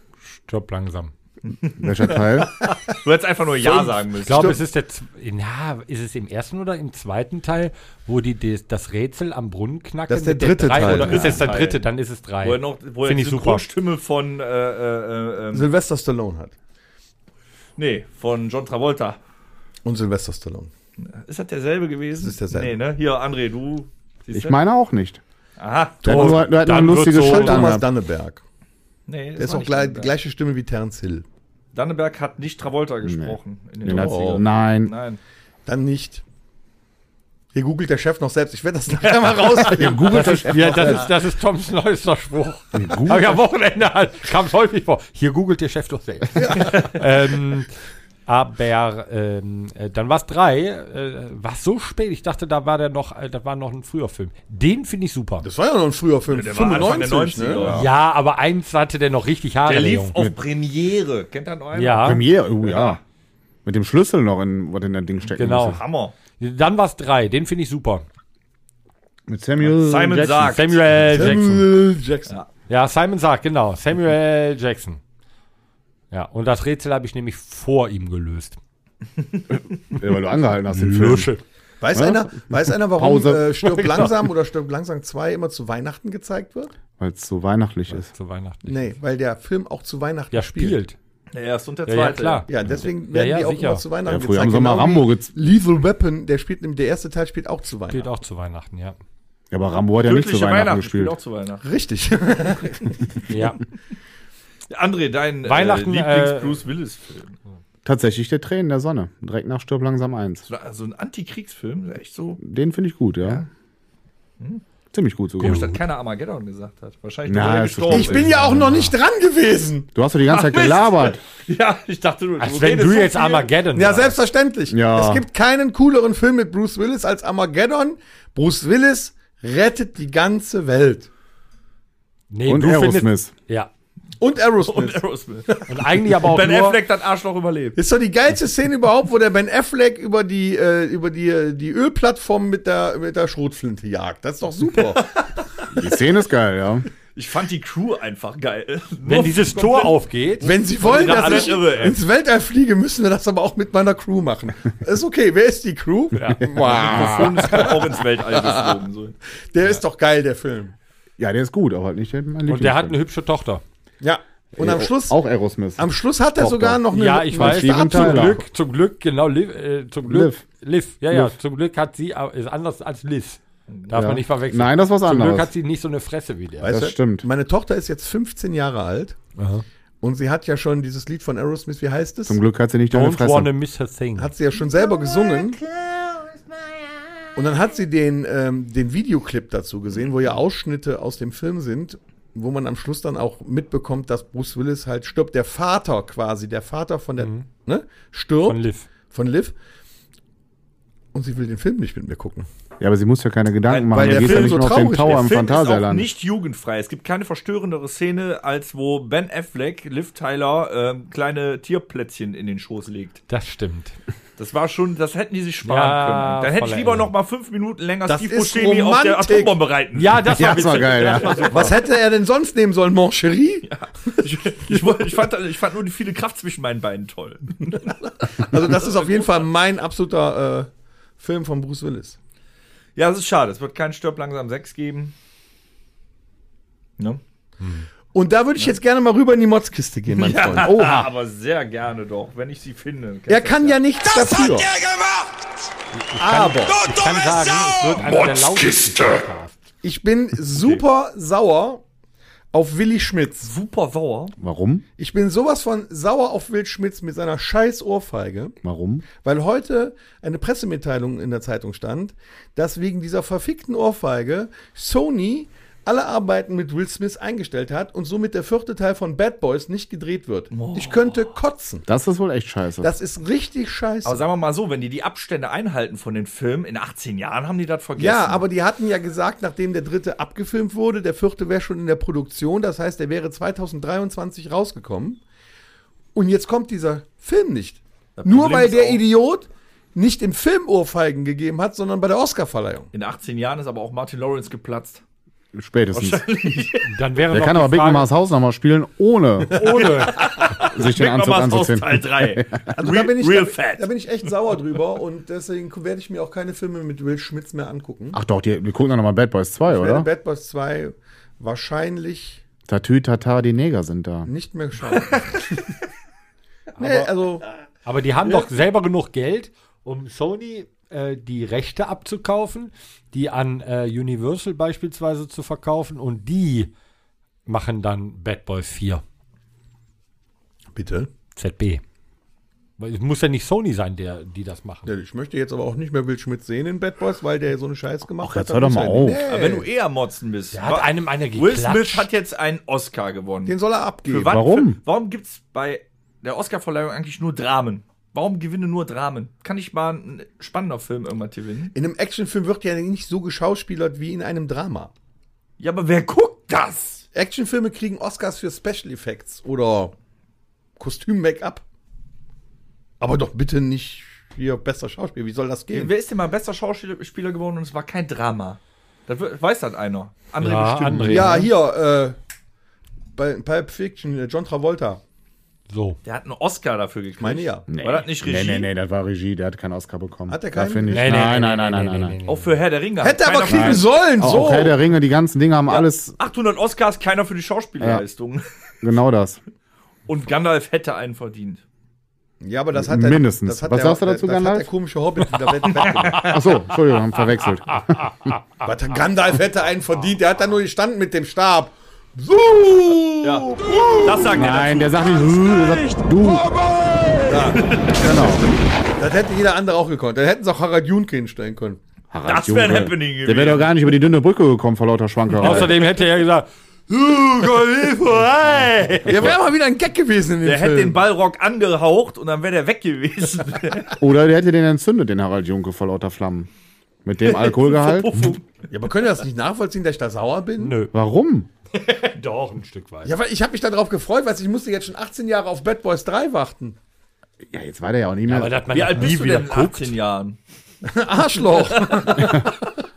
stopp langsam.
Welcher Teil?
du hättest einfach nur Ja sagen
Ich
müssen.
glaube, es ist der. Z- Na, ist es im ersten oder im zweiten Teil, wo die des- das Rätsel am Brunnen knacken?
Das ist der
mit
dritte
drei,
Teil.
Oder ist
Ja.
es der dritte? Dann ist es drei.
Wo er noch, wo er
Finde
die
ich super.
Synchronstimme von, äh, äh, äh, ähm,
Sylvester Stallone hat.
nee, von John Travolta.
Und Sylvester Stallone.
Ist das derselbe gewesen?
Das ist derselbe.
Nee, ne? Hier, André, du. siehst
[laughs] Ich
du?
meine auch nicht.
Aha.
Der hat nur, der hat nur ein
dann wird's
lustiges
so-
Schild
Thomas
angehabt.
Danneberg.
Nee, das
Der ist
war
auch
nicht
gleich, die
Danneberg.
gleiche Stimme wie Terence Hill.
Danneberg hat nicht Travolta gesprochen. In
Den hat sie-
Oh.
Nein.
Nein.
Dann nicht. Hier googelt der Chef noch selbst. Ich werde das nachher mal rausfinden.
Google das
[laughs] ja, das ist, das ist Toms neuester Spruch.
Google-
Hab ich am Wochenende halt, kam häufig vor. Hier googelt der Chef doch selbst. ähm, aber ähm, äh, dann war es drei, äh, war so spät. Ich dachte, da war der noch, äh, das war noch ein früher Film. Den finde ich super.
Das war ja noch ein früher Film.
Der war Anfang der
95,
90er.
ne?
Ja, aber eins hatte der noch richtig Haare.
Der
der
lief
Junge.
auf Premiere. Kennt ihr noch einen?
ja,
Premiere, oh ja. Mit dem Schlüssel noch, in, was in das Ding stecken
Genau.
musste.
Hammer.
dann war es drei. Den finde ich super.
Mit Samuel
Simon
Jackson.
sagt.
Samuel Jackson.
Samuel Jackson.
Ja, Simon sagt, genau. Samuel Jackson. Ja, und das Rätsel habe ich nämlich vor ihm gelöst.
Ja, weil du angehalten hast, den Film.
Weiß, einer, weiß einer, warum
Pause.
[laughs]
äh, Stirb langsam oder Stirb langsam 2 immer zu Weihnachten gezeigt wird?
Weil es so weihnachtlich ist.
Zu Weihnachten.
Nee, weil der Film auch zu Weihnachten
Ja, spielt.
Der erste und der
Ja,
zweite.
ja, klar.
Ja, deswegen werden
Ja, ja,
die auch
sicher.
immer zu Weihnachten
Ja, früher haben sie mal
genau wie
Rambo gezeigt.
Lethal Weapon, der spielt im- der erste Teil spielt auch zu Weihnachten.
Spielt auch zu Weihnachten, ja.
Ja, aber Rambo hat ja nicht zu
Glückliche
Weihnachten
spielt
gespielt.
auch zu Weihnachten.
Richtig.
[laughs] Ja.
André, dein
Weihnachten,
äh,
äh,
Lieblings-Bruce Willis-Film.
Tatsächlich der Tränen der Sonne. Direkt nach Stirb langsam 1.
So also ein Antikriegsfilm, der echt so.
Den finde ich gut, ja. Ziemlich gut sogar.
Komisch, dass keiner Armageddon gesagt hat. Wahrscheinlich,
Na,
weil er
ist
gestorben
Ich bin ja auch noch nicht dran gewesen.
Du hast doch die ganze Zeit
Mist.
gelabert.
Ja, ich dachte, du,
Als Also wenn du
redest so
jetzt
viel.
Armageddon
Ja,
sagst.
selbstverständlich.
Ja.
Es gibt keinen cooleren Film mit Bruce Willis als Armageddon. Bruce Willis rettet die ganze Welt.
Nee,
Und
du
Aerosmith.
findest- ja.
Und
Und
Aerosmith.
Aerosmith.
Und eigentlich aber auch
Ben
nur,
Affleck hat Arschloch überlebt.
ist doch die geilste Szene überhaupt, wo der Ben Affleck über die, äh, über die, die Ölplattform mit der, mit der Schrotflinte jagt. Das ist doch super.
Die Szene ist geil, ja.
Ich fand die Crew einfach geil.
wenn
[laughs]
dieses Tor aufgeht,
Wenn Sie wollen,
Ja,
dass
alle
ich
irre, ey.
ins Weltall fliege, müssen wir das aber auch mit meiner Crew machen. Ist okay. Wer ist die Crew? Wow.
Mikrofon ist auch ins Weltall geflogen. So.
Der ist doch geil, der Film.
Ja, der ist gut, aber halt nicht mein Lieblingsfilm.
und der hat eine hübsche Tochter.
Ja. Und am
Äh,
Schluss,
Auch Aerosmith.
am Schluss hat er
Doch,
sogar
doch.
noch eine.
Ja, ich
eine
weiß.
Steven
Zum
Tyler.
Glück, zum Glück, genau, Liv, äh, zum Glück.
Liv.
Liv. ja, ja,
Liv.
zum Glück hat sie, aber- ist anders als Liz. Darf
Ja.
man nicht verwechseln.
Nein, das ist was
Zum
anderes.
Glück hat sie nicht so eine Fresse wie der.
Weißt
Das stimmt.
Meine Tochter ist jetzt 15 Jahre alt. Und sie hat ja schon dieses Lied von Aerosmith, wie heißt es?
Zum Glück hat sie nicht deine
Don't wanna
Fresse.
miss her thing.
Hat sie ja schon selber gesungen.
Close my eyes.
Und dann hat sie den, ähm, den Videoclip dazu gesehen, wo ja Ausschnitte aus dem Film sind. wo man am Schluss dann auch mitbekommt, dass Bruce Willis halt stirbt. Der Vater quasi, der Vater von der, ne, stirbt.
Mhm. Von Liv.
Von Liv. Und sie will den Film nicht mit mir gucken.
Ja, aber sie muss ja keine Gedanken machen.
weil
Da
der
geht's ja
Film
nicht
so
nur auf den
traurig
Tower
ist.
im
Film ist auch
Phantasialand.
nicht jugendfrei. Es gibt keine verstörendere Szene, als wo Ben Affleck, Liv Tyler, ähm, kleine Tierplätzchen in den Schoß legt.
Das stimmt.
Das war schon, das hätten die sich sparen
Ja,
können. Dann hätte ich
voller
lieber
Ärger.
noch mal fünf Minuten länger
Das
Steve
ist
Buscemi auf der
Romantik.
Atombombe reiten.
Ja,
[laughs]
das
Ja,
war
das war
witzig.
geil, ja.
Was hätte er denn sonst nehmen sollen? Mancherie?
ich, ich, wollte- ich, fand, ich fand nur die viele Kraft zwischen meinen Beinen toll.
Also, das ist auf jeden Fall mein absoluter äh, Film von Bruce Willis.
Ja, das ist schade. Es wird keinen Stirb langsam 6 geben. Ne?
Und da würde ich jetzt gerne mal rüber in die Motzkiste gehen, mein Freund.
Oha. Aber sehr gerne doch, wenn ich sie finde.
Er kann ja nichts dafür. Aber
Ich kann sagen, es wird einer der lautesten
Motzkiste.
Podcasts. [laughs]
ich bin super sauer auf Willi Schmitz.
Super sauer.
Warum?
Ich bin sowas von sauer auf Will Schmitz mit seiner scheiß Ohrfeige,
Warum?
weil heute eine Pressemitteilung in der Zeitung stand, dass wegen dieser verfickten Ohrfeige Sony alle Arbeiten mit Will Smith eingestellt hat und somit der vierte Teil von Bad Boys nicht gedreht wird. Ich könnte kotzen.
Das ist wohl echt scheiße.
Das ist richtig scheiße.
Aber sagen wir mal so, wenn die die Abstände einhalten von den Filmen, in 18 Jahren haben die das vergessen.
ja, aber die hatten ja gesagt, nachdem der dritte abgefilmt wurde, der vierte wäre schon in der Produktion, das heißt, der wäre 2023 rausgekommen. Und jetzt kommt dieser Film nicht. Nur
Problem
weil
ist
der
auch-
Idiot nicht im Film Ohrfeigen gegeben hat, sondern bei der Oscarverleihung.
In 18 Jahren ist aber auch Martin Lawrence geplatzt.
Spätestens.
Dann wäre
Der
noch
kann
die
aber Big
Frage-
Mamas Haus nochmal spielen, ohne
Ohne.
[laughs] sich den Anzug
Mamas aus
anzuziehen.
Teil 3.
[laughs] Also
real
da bin ich,
real
da,
fat.
da bin ich echt sauer drüber [laughs] und deswegen werde ich mir auch keine Filme mit Will Schmitz mehr angucken.
Ach doch, die, wir gucken doch nochmal Bad Boys 2,
ich werde
oder?
Bad Boys 2 wahrscheinlich
Tatü, Tata, die Neger sind da.
nicht
[laughs]
mehr schauen. nee, also
Aber die haben doch selber genug Geld, um Sony äh, die Rechte abzukaufen, die an äh, Universal beispielsweise zu verkaufen und die machen dann Bad Boys 4.
bitte.
ZB. Weil es muss ja nicht Sony sein, der, die das machen.
Ja, Ich möchte jetzt aber auch nicht mehr Will Schmitz sehen in Bad Boys, weil der so einen Scheiß gemacht
Ach,
hat.
jetzt hör doch
Das
mal
ist
auf.
ja-
Aber wenn du eher Motzen bist.
Der hat einem eine
Will
geklatscht.
Smith hat jetzt einen Oscar gewonnen.
Den soll er
Für
abgeben.
wann-
Warum?
Für, warum gibt es bei der Oscarverleihung eigentlich nur Dramen? Warum gewinne nur Dramen? Kann ich mal ein spannender Film irgendwann gewinnen?
In einem Actionfilm wird ja nicht so geschauspielert wie in einem Drama.
Ja, aber wer guckt das?
Actionfilme kriegen Oscars für Special Effects oder Kostüm-Make-up. Aber doch bitte nicht hier bester Schauspiel. Wie soll das gehen?
Wer ist denn mal bester Schauspieler geworden und es war kein Drama? Das wird- weiß das einer. André
Ja,
bestimmt.
André.
ja,
ne?
hier, äh, bei Pulp Fiction, äh, John Travolta.
So.
Der hat einen Oscar dafür gekriegt.
Meine ja.
Nee.
War das nicht Regie?
Nee, nee, nee, das war Regie, der hat keinen Oscar bekommen.
Hat der
Da
keinen
find ich-
Nee, nee,
Nein,
nee, nee,
nein, nein, nein,
nee,
nein,
nee,
nein.
nee.
Auch für Herr der Ringe.
Hätte aber
Keiner von-
kriegen sollen,
Auch
so.
Herr der Ringe, die ganzen Dinge haben alles
800 Oscars, keiner für die Schauspielleistung.
genau das.
Und Gandalf hätte einen verdient.
ja, aber das hat der,
Mindestens.
Das hat
Was
der,
sagst du dazu,
das hat der
Gandalf?
komische Hobbit wieder wett, wettgemacht.
Achso, Entschuldigung,
[laughs]
haben verwechselt.
Warte,
Ah.
Gandalf hätte einen verdient. Der hat da nur gestanden mit dem Stab. So!
Ja. Das sagt
Nein, der sagt nicht, "Hu", der sagt du. Genau.
Das hätte jeder andere auch gekonnt. Dann hätten sie auch Harald Junke hinstellen können.
Harald
Das wär ein
Junke.
Happening
Der wäre
gewesen.
doch gar nicht über die dünne Brücke gekommen vor lauter Schwankerei.
Außerdem hätte er gesagt,
er.
[laughs] Ja, wäre mal wieder ein Gag gewesen in dem
Der hätte
Film.
den Ballrock angehaucht und dann wäre der weg gewesen.
Oder der hätte den entzündet, den Harald Junke vor lauter Flammen. Mit
[laughs]
dem Alkoholgehalt.
Verpuffung.
ja, aber könnt ihr das nicht nachvollziehen, dass ich da sauer bin?
nö.
Warum?
Doch, ein Stück weit.
Ja, weil ich habe mich darauf gefreut, weil ich musste jetzt schon 18 Jahre auf Bad Boys 3 warten.
Ja, jetzt war der ja auch nicht mehr.
Aber dass man
Wie
das
alt
nie
bist du
wieder
denn in
guckt.
18 Jahren?
Arschloch.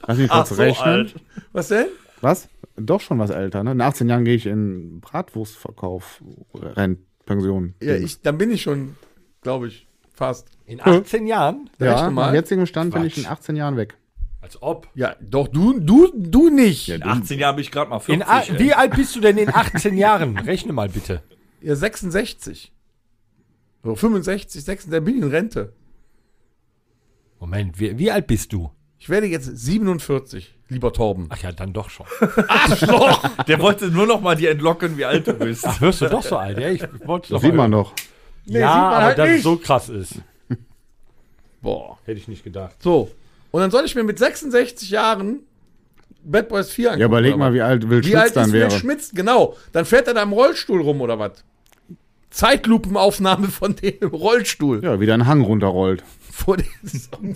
Lass mich kurz rechnen.
[laughs] Was denn?
Was? Doch schon was älter, ne? In 18 Jahren gehe ich in Bratwurstverkauf, Rent, Pension.
Ja, ich, dann bin ich schon, glaube ich, fast.
In 18 Jahren?
Ja,
Rechne mal.
nach jetzigem Stand bin
Quatsch.
ich in 18 Jahren weg.
Als ob.
Ja, doch, du, du, du nicht. Ja,
In 18 Jahren bin ich gerade mal 40.
In a-
ey. [laughs]
wie alt bist du denn in 18 Jahren? Rechne mal bitte.
66. So 65, 66, dann bin ich in Rente.
Moment, wie, wie alt bist du?
Ich werde jetzt 47, lieber Torben.
Ach ja, dann doch schon.
Der wollte nur noch mal dir entlocken, wie alt du bist.
Ach, wirst du doch so alt, ja? Ich wollte
Das sieht man doch.
ja,
sieht man
aber
halt
dass es
nicht.
so krass ist.
Boah.
Hätte ich nicht gedacht.
So. Und dann soll ich mir mit 66 Jahren Bad Boys 4 angucken.
Ja, überleg
oder
mal,
was?
wie alt Will
wie
Schmitz
alt
dann
ist
wäre.
Will Schmitz, genau. Dann fährt er da im Rollstuhl rum oder was? Zeitlupenaufnahme von dem im Rollstuhl.
Ja, wie der einen Hang runterrollt.
Vor dem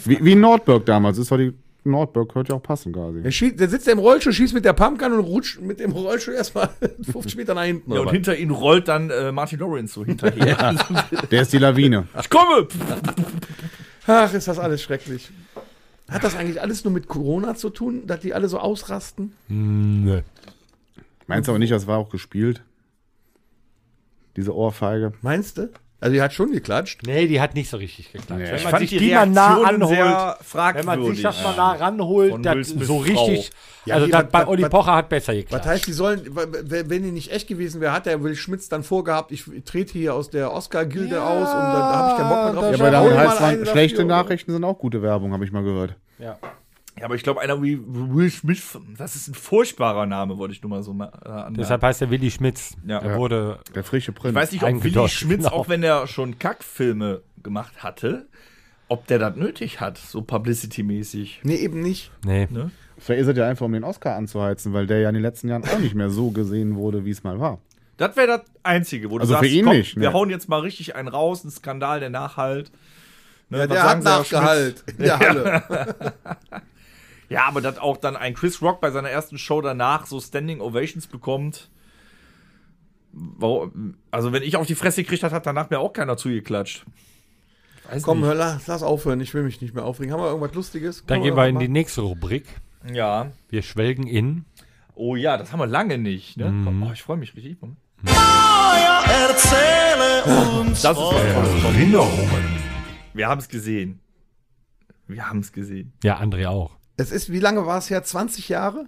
Wie, wie Nordberg damals. Ist doch die Nordberg könnte ja auch passen quasi.
der, schießt, der sitzt da im Rollstuhl, schießt mit der Pumpgun und rutscht mit dem Rollstuhl erstmal [laughs] 50 Meter nach hinten.
Ja,
oder
und
was?
hinter ihnen rollt dann äh, Martin Lawrence so hinterher.
Der ist die Lawine.
Ich komme!
Ach, ist das alles schrecklich. Hat das eigentlich alles nur mit Corona zu tun, dass die alle so ausrasten?
Nö.
Meinst du aber nicht, das war auch gespielt? Diese Ohrfeige.
Meinst du? Also, die hat schon geklatscht.
Nee, die hat nicht so richtig geklappt.
Nee.
Wenn
Ich
man
fand
sich
die
die, mal nah
Reaktionen
anholt,
sehr
wenn man sich
fragwürdig.
das mal nah ranholt,
Von
das
Will Smiths
so richtig.
Ja,
also
wie,
das
was-
bei
was-
Olli
was-
Pocher hat besser
Was
geklappt.
heißt, die sollen, w- w- wenn die nicht echt gewesen wäre, hat der Will Schmitz dann vorgehabt, ich trete hier aus der Oscar-Gilde aus und dann habe ich keinen Bock mehr drauf.
Ja,
Ich
aber
hol
dann
mal
heißt
eine
man,
dafür,
schlechte
oder?
Nachrichten sind auch gute Werbung, habe ich mal gehört.
Ja, aber ich glaube, einer wie Will Smith, das ist ein furchtbarer Name, wollte ich nur mal so mal äh, anmerken.
Deshalb heißt er Willi Schmitz.
Ja.
Er wurde.
Der frische Prinz.
Ich weiß nicht, ob Willi
Eingedeutscht,
Schmitz,
genau.
auch wenn er schon Kackfilme gemacht hatte, ob der das nötig hat, so publicity-mäßig.
Nee, eben nicht.
Nee.
Vielleicht ist es ja einfach, um den Oscar anzuheizen, weil der ja in den letzten Jahren auch nicht mehr so gesehen wurde, wie es mal war.
Das wäre das Einzige, wo du
Also für
sagst,
ihn
komm,
nicht,
wir
ne.
hauen jetzt mal richtig einen raus, ein Skandal, der nachhalt. Ne,
Ja,
was
der hat
sagen sie, Herr Schmitz?
nachgehalt
[laughs]
in der Halle.
Ja, aber dass auch dann ein Chris Rock bei seiner ersten Show danach so Standing Ovations bekommt. Warum- Also, wenn ich auf die Fresse gekriegt hat, hat danach mir auch keiner zugeklatscht. Weiß
Komm, hör, lass, lass aufhören, ich will mich nicht mehr aufregen. Haben wir irgendwas Lustiges?
Dann
Können
gehen wir in
irgendwas
die nächste Rubrik.
nicht. Ja.
Wir schwelgen in.
Oh ja, das haben wir lange nicht. Ne?
Mhm.
Oh, ich freue mich richtig. Das ist
Erinnerungen.
Wir haben es gesehen. Wir haben es gesehen.
Ja, André auch.
machen? Es ist, wie lange war es her? 20 Jahre?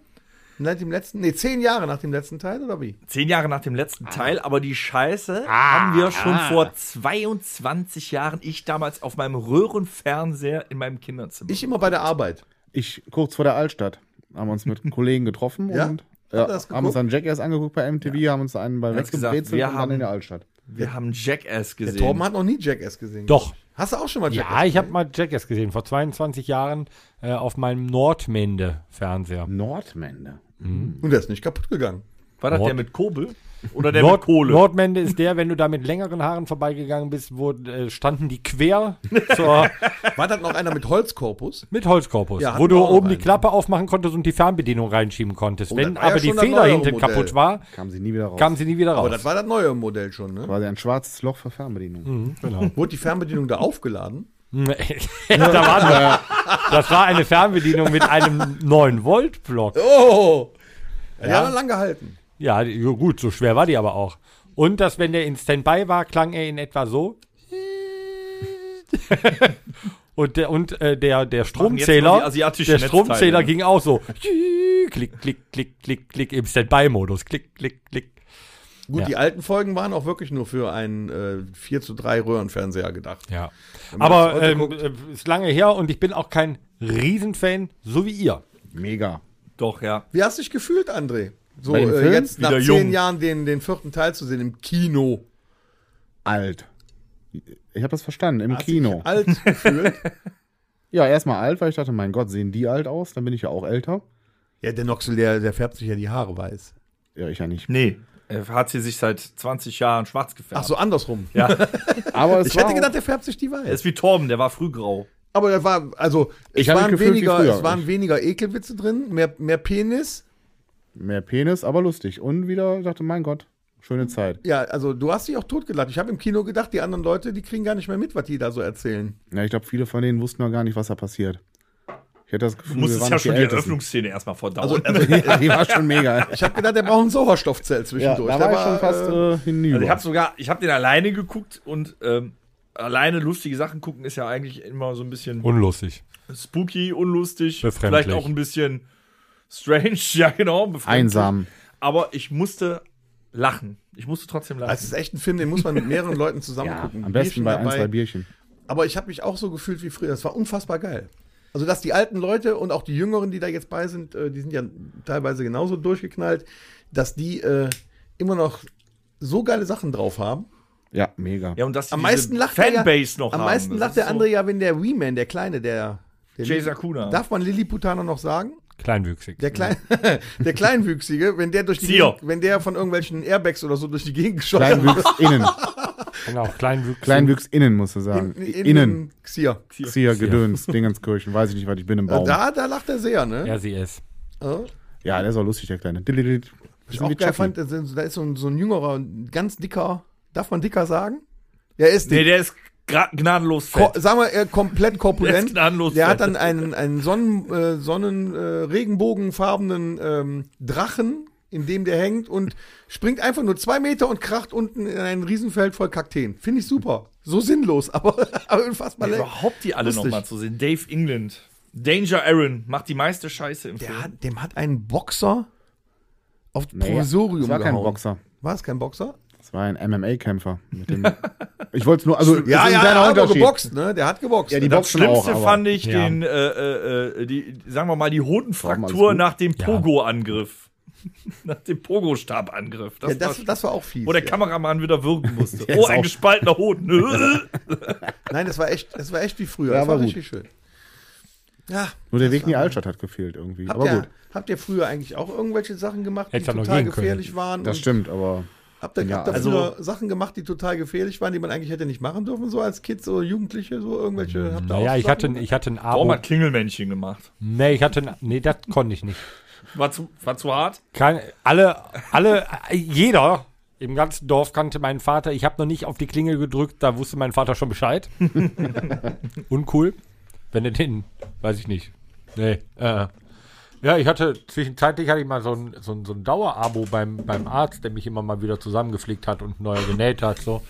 Nach dem letzten, nee, 10 Jahre nach dem letzten Teil, oder wie?
Zehn Jahre nach dem letzten Teil, aber die
Ah,
Scheiße haben wir schon vor 22 Jahren, ich damals auf meinem Röhrenfernseher in meinem Kinderzimmer.
Ich immer bei der Arbeit.
Ich, kurz vor der Altstadt, haben wir uns mit Kollegen getroffen
Ja?
und
Habt ihr
ja,
das geguckt?
haben uns dann Jackass angeguckt bei MTV, haben uns einen bei
Hat's
Wetz
gesagt,
gebrezelt
wir
und
haben-
dann in der Altstadt.
wir haben Jackass
Der
gesehen.
Torben hat noch nie Jackass gesehen.
Doch.
Hast du auch schon mal
Ja, ich habe mal Jackass gesehen, vor 22 Jahren äh, auf meinem Nordmende-Fernseher.
Nordmende.
Und der ist nicht kaputt gegangen.
War das
Nord-
der mit Kobel? Oder der
Nord
mit Kohle?
Nordmende ist der, wenn du da mit längeren Haaren vorbeigegangen bist, wo, äh, standen die quer [laughs] zur,
War das noch einer mit Holzkorpus?
mit Holzkorpus,
Ja, hatten
wo du
wir auch
oben
einen.
die Klappe aufmachen konntest und die Fernbedienung reinschieben konntest.
Oh,
wenn
das war ja
aber die
schon das
Feder
neuere
hinten
Modell. Oh.
kaputt war,
Kam sie nie wieder raus.
kam sie nie wieder
Aber
raus. [laughs]
das war das neue Modell schon, ne?
Quasi ein schwarzes Loch für Fernbedienung.
genau.
Wurde die Fernbedienung da aufgeladen?
Nee, da
[laughs]
waren wir. Das war eine Fernbedienung mit einem 9-Volt-Block.
Oh! Ja, ja lang gehalten.
Ja, die- ja, gut, so schwer war die aber auch. Und dass, wenn der in Standby war, klang er in etwa
[laughs]
so. und der, und, äh, der, der
Machen jetzt mal die
Stromzähler,
asiatischen
der
Netzteile.
Stromzähler ging auch so. Klick, klick, klick, klick, klick im Standby-Modus. Klick, klick, klick.
Gut,
Ja.
die alten Folgen waren auch wirklich nur für einen äh, 4 zu 3 Röhrenfernseher gedacht.
Ja.
man das
Aber
heute
ähm, äh, ist lange her und ich bin auch kein Riesenfan, so wie ihr.
Mega.
Doch, ja.
Wie hast du dich gefühlt, André? So
Bei dem
äh,
Film?
jetzt nach
Wieder
zehn
jung.
Jahren den, den vierten Teil zu sehen im Kino.
Alt. Ich habe das verstanden, im
Hast du dich
Kino.
[laughs] alt gefühlt.
Ja, erstmal alt, weil ich dachte, mein Gott, sehen die alt aus? Dann bin ich ja auch älter.
ja, der Noxel, der, der färbt sich ja die Haare weiß.
Ja, ich ja nicht.
Nee. Er hat sie sich seit 20 Jahren schwarz gefärbt.
Ach so, andersrum.
Ja,
Aber es
Ich hätte
war-
gedacht, der färbt sich die
er
weiß.
ist wie Torben, der war früh grau.
Aber da war, also, es
Ich hab mich
waren,
gefühlt wie
weniger,
früher.
es waren weniger Ekelwitze drin, mehr, mehr Penis.
mehr Penis, aber lustig. Und wieder dachte, mein Gott, schöne Zeit.
Ja, also du hast dich auch totgelacht. Ich habe im Kino gedacht, die anderen Leute, die kriegen gar nicht mehr mit, was die da so erzählen.
Ja, ich glaube, viele von denen wussten noch gar nicht, was da passiert. Ich hätte das Gefühl,
Du musstest ja
nicht
schon die
Ältesten.
Eröffnungsszene erstmal verdauen.
Also,
Also,
also
ja, [laughs] die war schon mega.
ich habe gedacht, der braucht einen Sauerstoffzelt
ja,
zwischendurch.
da
Der
war ich schon fast
äh,
äh, hinüber.
Also ich habe sogar, ich habe den alleine geguckt und ähm, alleine lustige Sachen gucken ist ja eigentlich immer so ein bisschen
Unlustig.
spooky, unlustig,
Befremdlich.
vielleicht auch ein bisschen strange, [laughs] ja genau, befremdlich.
Einsam.
Aber ich musste lachen. Ich musste trotzdem lachen.
das ist echt ein Film, den muss man mit mehreren Leuten zusammen
Ja,
gucken.
am
Bierchen
besten bei ein,
dabei.
zwei Bierchen.
Aber ich habe mich auch so gefühlt wie früher. Das war unfassbar geil. Also, dass die alten Leute und auch die Jüngeren, die da jetzt bei sind, äh, die sind ja teilweise genauso durchgeknallt, dass die äh, immer noch so geile Sachen drauf haben.
Ja, mega.
Ja, und dass die
Am
diese
meisten lacht er
Fanbase
ja,
noch
Am
haben.
meisten
Das
lacht
ist
der
so-
andere ja, wenn der Wee-Man, der Kleine, der. der
Jay
Lil-
Sakuna.
Darf man Lilliputaner noch sagen?
Kleinwüchsig.
Der, Klein, [laughs] der Kleinwüchsige, wenn der durch die
Sio.
Gegend, wenn der von irgendwelchen Airbags oder so durch die Gegend geschossen
Kleinwüchs
[laughs]
innen.
Genau, kleinwüchsig.
Kleinwüchs innen, musst du sagen.
in-
Ah, innen.
Xier.
Xier, Gedöns, Dingenskirchen, weiß ich nicht, was ich bin im Baum.
Da, da lacht er sehr, ne?
Ja, sie ist.
Ja.
Ja, der ist auch lustig, der Kleine. Dillididid.
Ich
Bisschen
auch
wie
geil
Chucky.
fand, da sind- da ist so ein, so ein jüngerer, ganz dicker, darf man dicker sagen? Ja, er ist dick.
Nee, der ist gra- gnadenlos
Ko
fett.
sagen wir, er komplett
Der
korpulent.
ist gnadenlos
Der hat
fett.
dann einen, einen Sonnen, äh, Sonnen äh, Regenbogenfarbenen ähm, Drachen, in dem der hängt und springt einfach nur zwei Meter und kracht unten in ein Riesenfeld voll Kakteen. Finde ich super. So sinnlos, aber, [laughs] aber unfassbar lecker.
Überhaupt die alle
Lustig.
nochmal zu sehen. Dave England. Danger Aaron macht die meiste Scheiße im
Der
Film.
hat, dem hat ein Boxer auf
Nee,
Provisorium
Das war kein
gehauen.
Boxer.
War es kein Boxer?
Das war ein MMA-Kämpfer. mit dem- [laughs] Ich wollte es nur, also, es ist ein kleiner
er hat aber
Unterschied.
geboxt, ne? Der hat geboxt.
Ja, die
ne?
Das
Boxen auch,
Schlimmste
aber-
fand ich
Ja.
den, äh, äh, äh, die, sagen wir mal, die
Warum, alles
Hodenfraktur
gut?
nach dem Pogo-Angriff. [laughs] nach dem Pogo-Stab-Angriff. Das
ja, das,
war-
das war auch fies.
wo der
ja.
Kameramann wieder würgen musste.
Der
oh,
ist
ein
auch-
gespaltener Hoden.
Nein, das war echt, das war echt wie früher.
Ja,
das war,
war gut.
richtig schön. Ja,
Nur der
das
Weg in die
war-
Altstadt hat gefehlt irgendwie.
Habt
aber
ihr,
gut,
habt ihr früher eigentlich auch irgendwelche Sachen gemacht, die
Hätte ja noch
total
gehen können.
gefährlich waren?
das
Und
stimmt, aber
Habt ihr,
Ja,
habt ihr
also-
früher Sachen gemacht, die total gefährlich waren, die man eigentlich hätte nicht machen dürfen, so als Kids oder Jugendliche, so irgendwelche? Habt ihr auch
Naja,
so
ich
Sachen
hatte, ein-
gemacht?
ich hatte ein
Warum
Abo.
hat Klingelmännchen gemacht?
Nee, ich hatte ein, nee, das konnte ich nicht.
War zu, war zu hart?
Kein, alle, alle, jeder im ganzen Dorf kannte meinen Vater. Ich habe noch nicht auf die Klingel gedrückt, da wusste mein Vater schon Bescheid. Uncool. Wenn er den, weiß ich nicht. Nee, äh. Ja, ich hatte, zwischenzeitlich hatte ich mal so ein, so ein, so ein Dauerabo beim, beim Arzt, der mich immer mal wieder zusammengeflickt hat und neu genäht hat, so.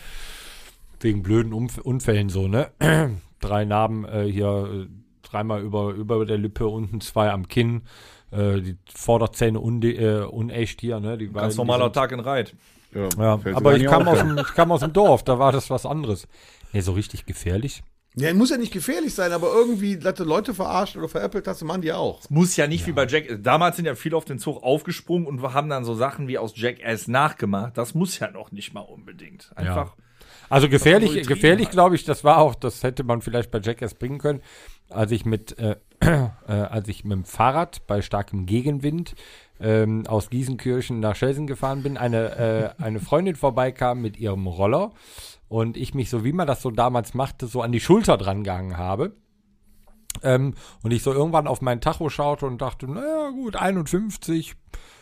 Wegen blöden Umf Unfällen, so, ne? [clears throat] Drei Narben äh, hier, äh, dreimal über, über der Lippe, unten zwei am Kinn. Äh, die Vorderzähne unde- äh, unecht hier, ne? Die beiden,
Ganz
die
normaler
sind-
Tag in Reit.
ja,
ja,
fällt
aber
sogar
ich
nicht
kam,
auf.
aus dem, ich kam aus dem Dorf, da war das was anderes. Nee, so richtig gefährlich.
Ja, muss ja nicht gefährlich sein, aber irgendwie, dass du Leute verarscht oder veräppelt hast, machen die auch.
Muss ja nicht wie bei Jack. Damals sind ja viele auf den Zug aufgesprungen und haben dann so Sachen wie aus Jackass nachgemacht. Das muss ja noch nicht mal unbedingt. Einfach.
Also
nur
gefährlich,
getrieben
gefährlich,
hat.
glaube ich, das war auch, das hätte man vielleicht bei Jackass bringen können, als ich mit, äh, [clears throat] äh, als ich mit dem Fahrrad bei starkem Gegenwind ähm, aus Gießenkirchen nach Schelsen gefahren bin, eine, äh, eine Freundin vorbeikam mit ihrem Roller und ich mich, so wie man das so damals machte, so an die Schulter dran gehangen habe. Ähm, und ich so irgendwann auf meinen Tacho schaute und dachte, naja gut, 51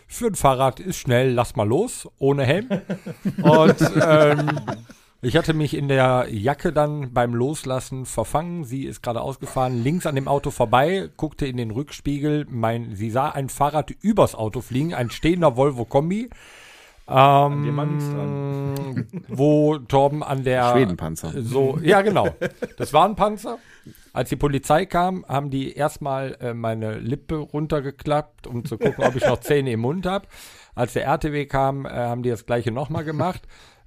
für ein Fahrrad ist schnell, lass mal los, ohne Helm. und ähm, ich hatte mich in der Jacke dann beim Loslassen verfangen. Sie ist gerade ausgefahren, links an dem Auto vorbei, guckte in den Rückspiegel. Mein, sie sah ein Fahrrad übers Auto fliegen, ein stehender Volvo Kombi,
An dir war nichts
Mm.
dran.
wo Torben an der
Schwedenpanzer.
so, ja, genau. Das war ein Panzer. Als die Polizei kam, haben die erstmal äh, meine Lippe runtergeklappt, um zu gucken, ob ich noch Zähne im Mund habe. Als der RTW kam, äh, haben die das gleiche nochmal gemacht.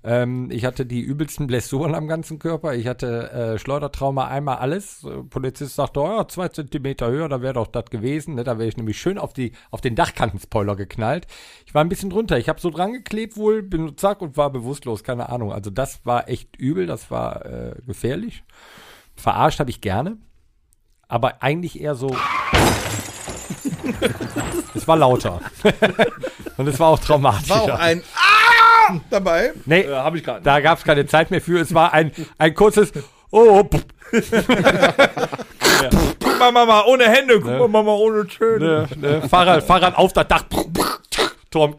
Ähm, ich hatte die übelsten Blessuren am ganzen Körper. Ich hatte äh, Schleudertrauma, einmal alles. Äh, Polizist sagte, oh, ja, zwei Zentimeter höher, da wäre doch das gewesen. Ne? Da wäre ich nämlich schön auf, die, auf den Dachkantenspoiler geknallt. Ich war ein bisschen drunter. Ich habe so dran geklebt wohl, bin zack und war bewusstlos. Keine Ahnung. Also das war echt übel. Das war äh, gefährlich. Verarscht habe ich gerne. Aber eigentlich eher
[laughs]
so... es war lauter. und es war auch traumatisch.
War auch ein Ah! dabei.
nee,
Äh, Habe ich gerade.
da gab es keine Zeit mehr für. Es war ein, ein kurzes Oh, pff,
Guck mal, Mama, ohne Hände. Guck mal, Mama, ohne Töne.
ne, ne, Fahrrad, Fahrrad auf das Dach. Pff, pff, tsch, Turm.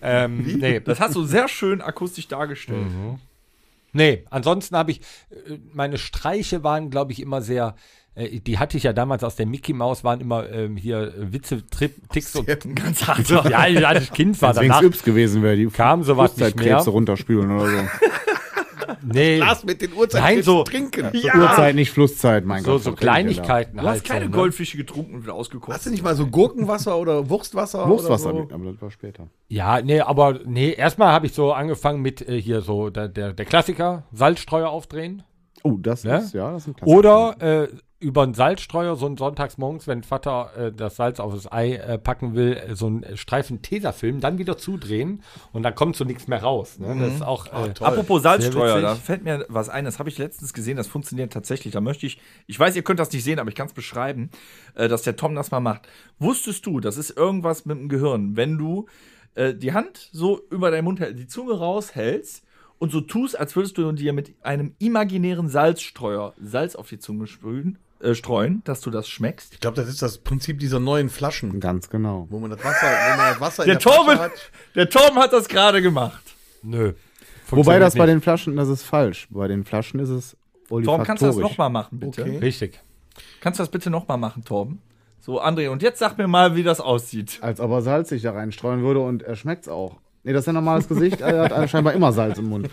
ähm, nee,
Das hast du sehr schön akustisch dargestellt.
Mhm. nee, ansonsten habe ich, äh, meine Streiche waren, glaube ich, immer sehr, äh, die hatte ich ja damals aus der Mickey Maus, waren immer ähm, hier äh, Witze, Trip, Ticks und.
Ganz hart.
Ja, ja, als ich Kind war,
Wenn es
Ah, danach
Yps gewesen wäre, die
kam sowas nicht mehr.
Fußzeitkrebse runterspülen oder so.
[laughs] Nee,
Lass mit den Uhrzeiten
Nein, so-
trinken.
Uhrzeit, nicht Flusszeit, mein
so,
Gott.
so
was reden wir da?
Kleinigkeiten
Du hast keine
so, ne?
Goldfische getrunken und wieder
Hast
ausgekocht.
du nicht mal so Gurkenwasser oder Wurstwasser?
Wurstwasser,
Oder so?
aber das war später.
Ja, nee, aber nee, erstmal habe ich so angefangen mit äh, hier so der, der, der Klassiker, Salzstreuer aufdrehen.
Oh, das
Ne?
ist, ja, das ist ein Klassiker.
Oder äh, über einen Salzstreuer, so einen sonntagsmorgens, wenn Vater äh, das Salz auf das Ei äh, packen will, äh, so einen Streifen Tesafilm, dann wieder zudrehen und dann kommt so nichts mehr raus. Ne?
Mhm.
Das ist auch
Ah,
äh,
Apropos Salzstreuer,
Sehr
da
witzig.
fällt mir was ein. Das habe ich letztens gesehen. Das funktioniert tatsächlich. Da möchte ich, ich weiß, ihr könnt das nicht sehen, aber ich kann es beschreiben, äh, dass der Tom das mal macht. Wusstest du, das ist irgendwas mit dem Gehirn, wenn du äh, die Hand so über deinen Mund, hält- die Zunge raushältst und so tust, als würdest du dir mit einem imaginären Salzstreuer Salz auf die Zunge sprühen, äh, streuen, dass du das schmeckst?
Ich glaube, das ist das Prinzip dieser neuen Flaschen,
Ganz genau.
wo man das Wasser, wo man das Wasser in
Der
Flasche
Torben,
hat.
der Tom hat das gerade gemacht.
Nö.
Wobei das bei
Funktioniert
den Flaschen, das ist falsch. Bei den Flaschen ist es
Torben,
olfaktorisch.
kannst du das nochmal machen, bitte?
Okay.
nicht. Richtig.
Kannst du das bitte nochmal machen, Torben? So, André, und jetzt sag mir mal, wie das aussieht.
Als ob er Salz sich da reinstreuen würde und er schmeckt's auch. Nee, das ist ja normales Gesicht. Er
[laughs]
hat scheinbar immer Salz im Mund.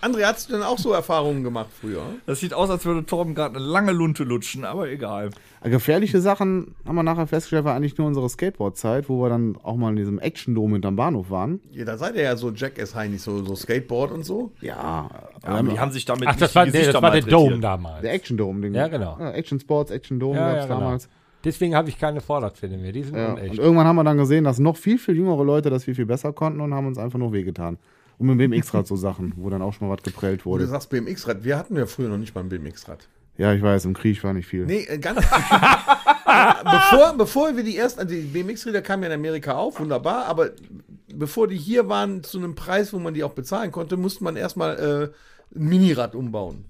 André, hast du denn auch so Erfahrungen gemacht früher?
Das sieht aus, als würde Torben gerade eine lange Lunte lutschen, aber egal.
Gefährliche Sachen haben wir nachher festgestellt, war eigentlich nur unsere Skateboard-Zeit, wo wir dann auch mal in diesem Action-Dom hinterm Bahnhof waren.
Ja, da seid ihr ja so Jackass-Heinis, so, so Skateboard und so.
Ja,
Ja, die haben sich damit
Ach,
nicht
das
die
war, der- das
Gesichter
war der
malträtiert.
Dome damals.
der Action-Dom. den- Ah,
Ja, genau.
Action-Sports, Action-Dom
Ja,
gab's
ja, genau.
damals.
Deswegen habe ich keine Vorderpferde mehr. Die sind
Ja. Und
unecht.
irgendwann haben wir dann gesehen, dass noch viel, viel jüngere Leute das viel, viel besser konnten und haben uns einfach nur wehgetan. Und
[laughs]
mit dem BMX-Rad so Sachen, wo dann auch schon mal was geprellt
Wo du
wurde.
sagst BMX-Rad. Wir hatten ja früher noch nicht mal ein BMX-Rad.
Ja, ich weiß, im Krieg war nicht viel.
Nee, äh, ganz. [laughs] Ja, bevor, bevor wir die ersten, also die BMX-Räder kamen ja in Amerika auf, wunderbar, aber bevor die hier waren, zu einem Preis, wo man die auch bezahlen konnte, musste man erstmal äh, ein Minirad umbauen.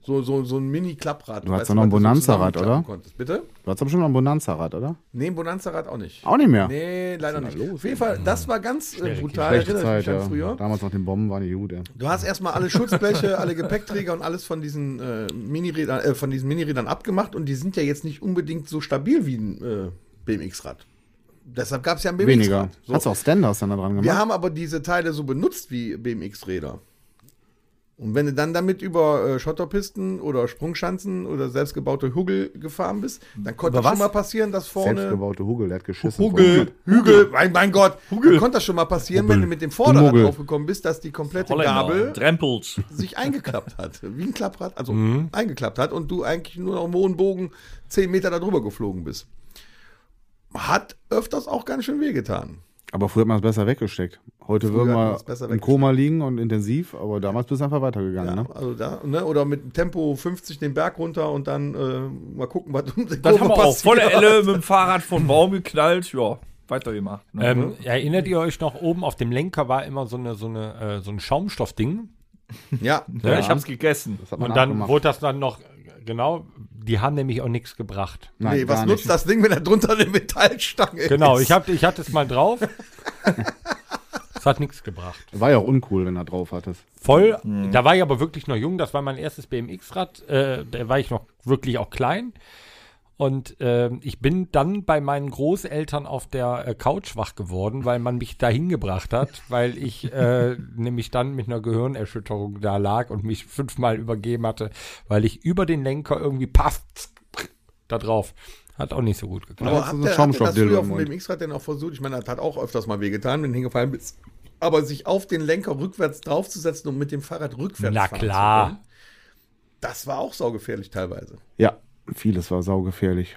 So, so, so ein Mini-Klapprad.
Du hast
Weißt
doch noch ein
was du so
Bonanza-Rad, oder?
zusammenklappen Konntest. Bitte?
Du hast aber schon mal ein Bonanza-Rad, oder?
Nee, ein Bonanza-Rad auch nicht.
Auch nicht mehr.
Nee, leider nicht. Auf jeden Fall, das war ganz äh, brutal,
Schlechte
erinnere
Zeit,
ich mich an
ja.
früher.
Damals noch den Bomben waren die gut, ja.
Du hast erstmal alle Schutzbleche, alle Gepäckträger und alles von diesen äh, Minirädern, äh, von diesen Minirädern abgemacht und die sind ja jetzt nicht unbedingt so stabil wie ein äh, BMX-Rad. Deshalb gab es ja ein
Weniger.
BMX-Rad. So.
Hast du auch Standards dann da dran gemacht?
Wir haben aber diese Teile so benutzt wie BMX-Räder. Und wenn du dann damit über äh, Schotterpisten oder Sprungschanzen oder selbstgebaute Hügel gefahren bist, dann konnte
Über
das
was?
schon mal passieren, dass vorne
Selbstgebaute Hugel, der hat geschissen.
Hügel, Hügel, mein, mein Gott, Hügel. konnte das schon mal passieren, wenn du mit dem Vorderrad
Hugel.
draufgekommen bist, dass die komplette Gabel
[laughs] Drempelt.
sich eingeklappt hat. Wie ein Klapprad, also eingeklappt hat und du eigentlich nur noch im hohen Bogen 10 Meter darüber geflogen bist. Hat öfters auch ganz schön wehgetan.
Aber früher hat man es besser weggesteckt. Heute
hat
würden
man
wir
es besser
im
weggesteckt.
Koma liegen und intensiv, aber damals bist du einfach weitergegangen,
Ja,
ne?
also da, ne? Oder mit Tempo 50 den Berg runter und dann äh, mal gucken, was um die
Das
Kurve
haben wir auch.
passiert.
Volle Elle mit dem Fahrrad vom Baum geknallt. Ja, weitergemacht. Ne?
Ähm, erinnert ihr euch noch, oben auf dem Lenker war immer so, eine, so, eine, äh, so ein Schaumstoffding.
Ja,
ja, Ich hab's gegessen.
Das hat man
Und dann
nachgemacht.
wurde das dann noch, genau, die haben nämlich auch nichts gebracht.
Nein,
nee, was
gar
nutzt
nicht.
das Ding, wenn da drunter eine Metallstange
Genau,
ist?
ich, hab, ich hatte es mal drauf. [laughs] Es hat nichts gebracht.
War ja auch uncool, wenn du drauf hattest.
Voll, da war ich aber wirklich noch jung, das war mein erstes BMX-Rad, äh, da war ich noch wirklich auch klein. Und ähm, ich bin dann bei meinen Großeltern auf der äh, Couch wach geworden, weil man mich da hingebracht hat, weil ich äh, nämlich dann mit einer Gehirnerschütterung da lag und mich fünfmal übergeben hatte, weil ich über den Lenker irgendwie paff da drauf. Hat auch nicht so gut geklappt.
Aber
das ist
habt
ein
ihr, habt ihr das
Schaumstoffdildo
früher auf
im
dem
Mund.
BMX-Rad denn auch versucht? Ich meine, das hat auch öfters mal wehgetan, wenn du hingefallen bist. Aber sich auf den Lenker rückwärts draufzusetzen und mit dem Fahrrad rückwärts
Na
fahren zu
klar.
können, das war auch saugefährlich teilweise. ne?
Ja, vieles war saugefährlich.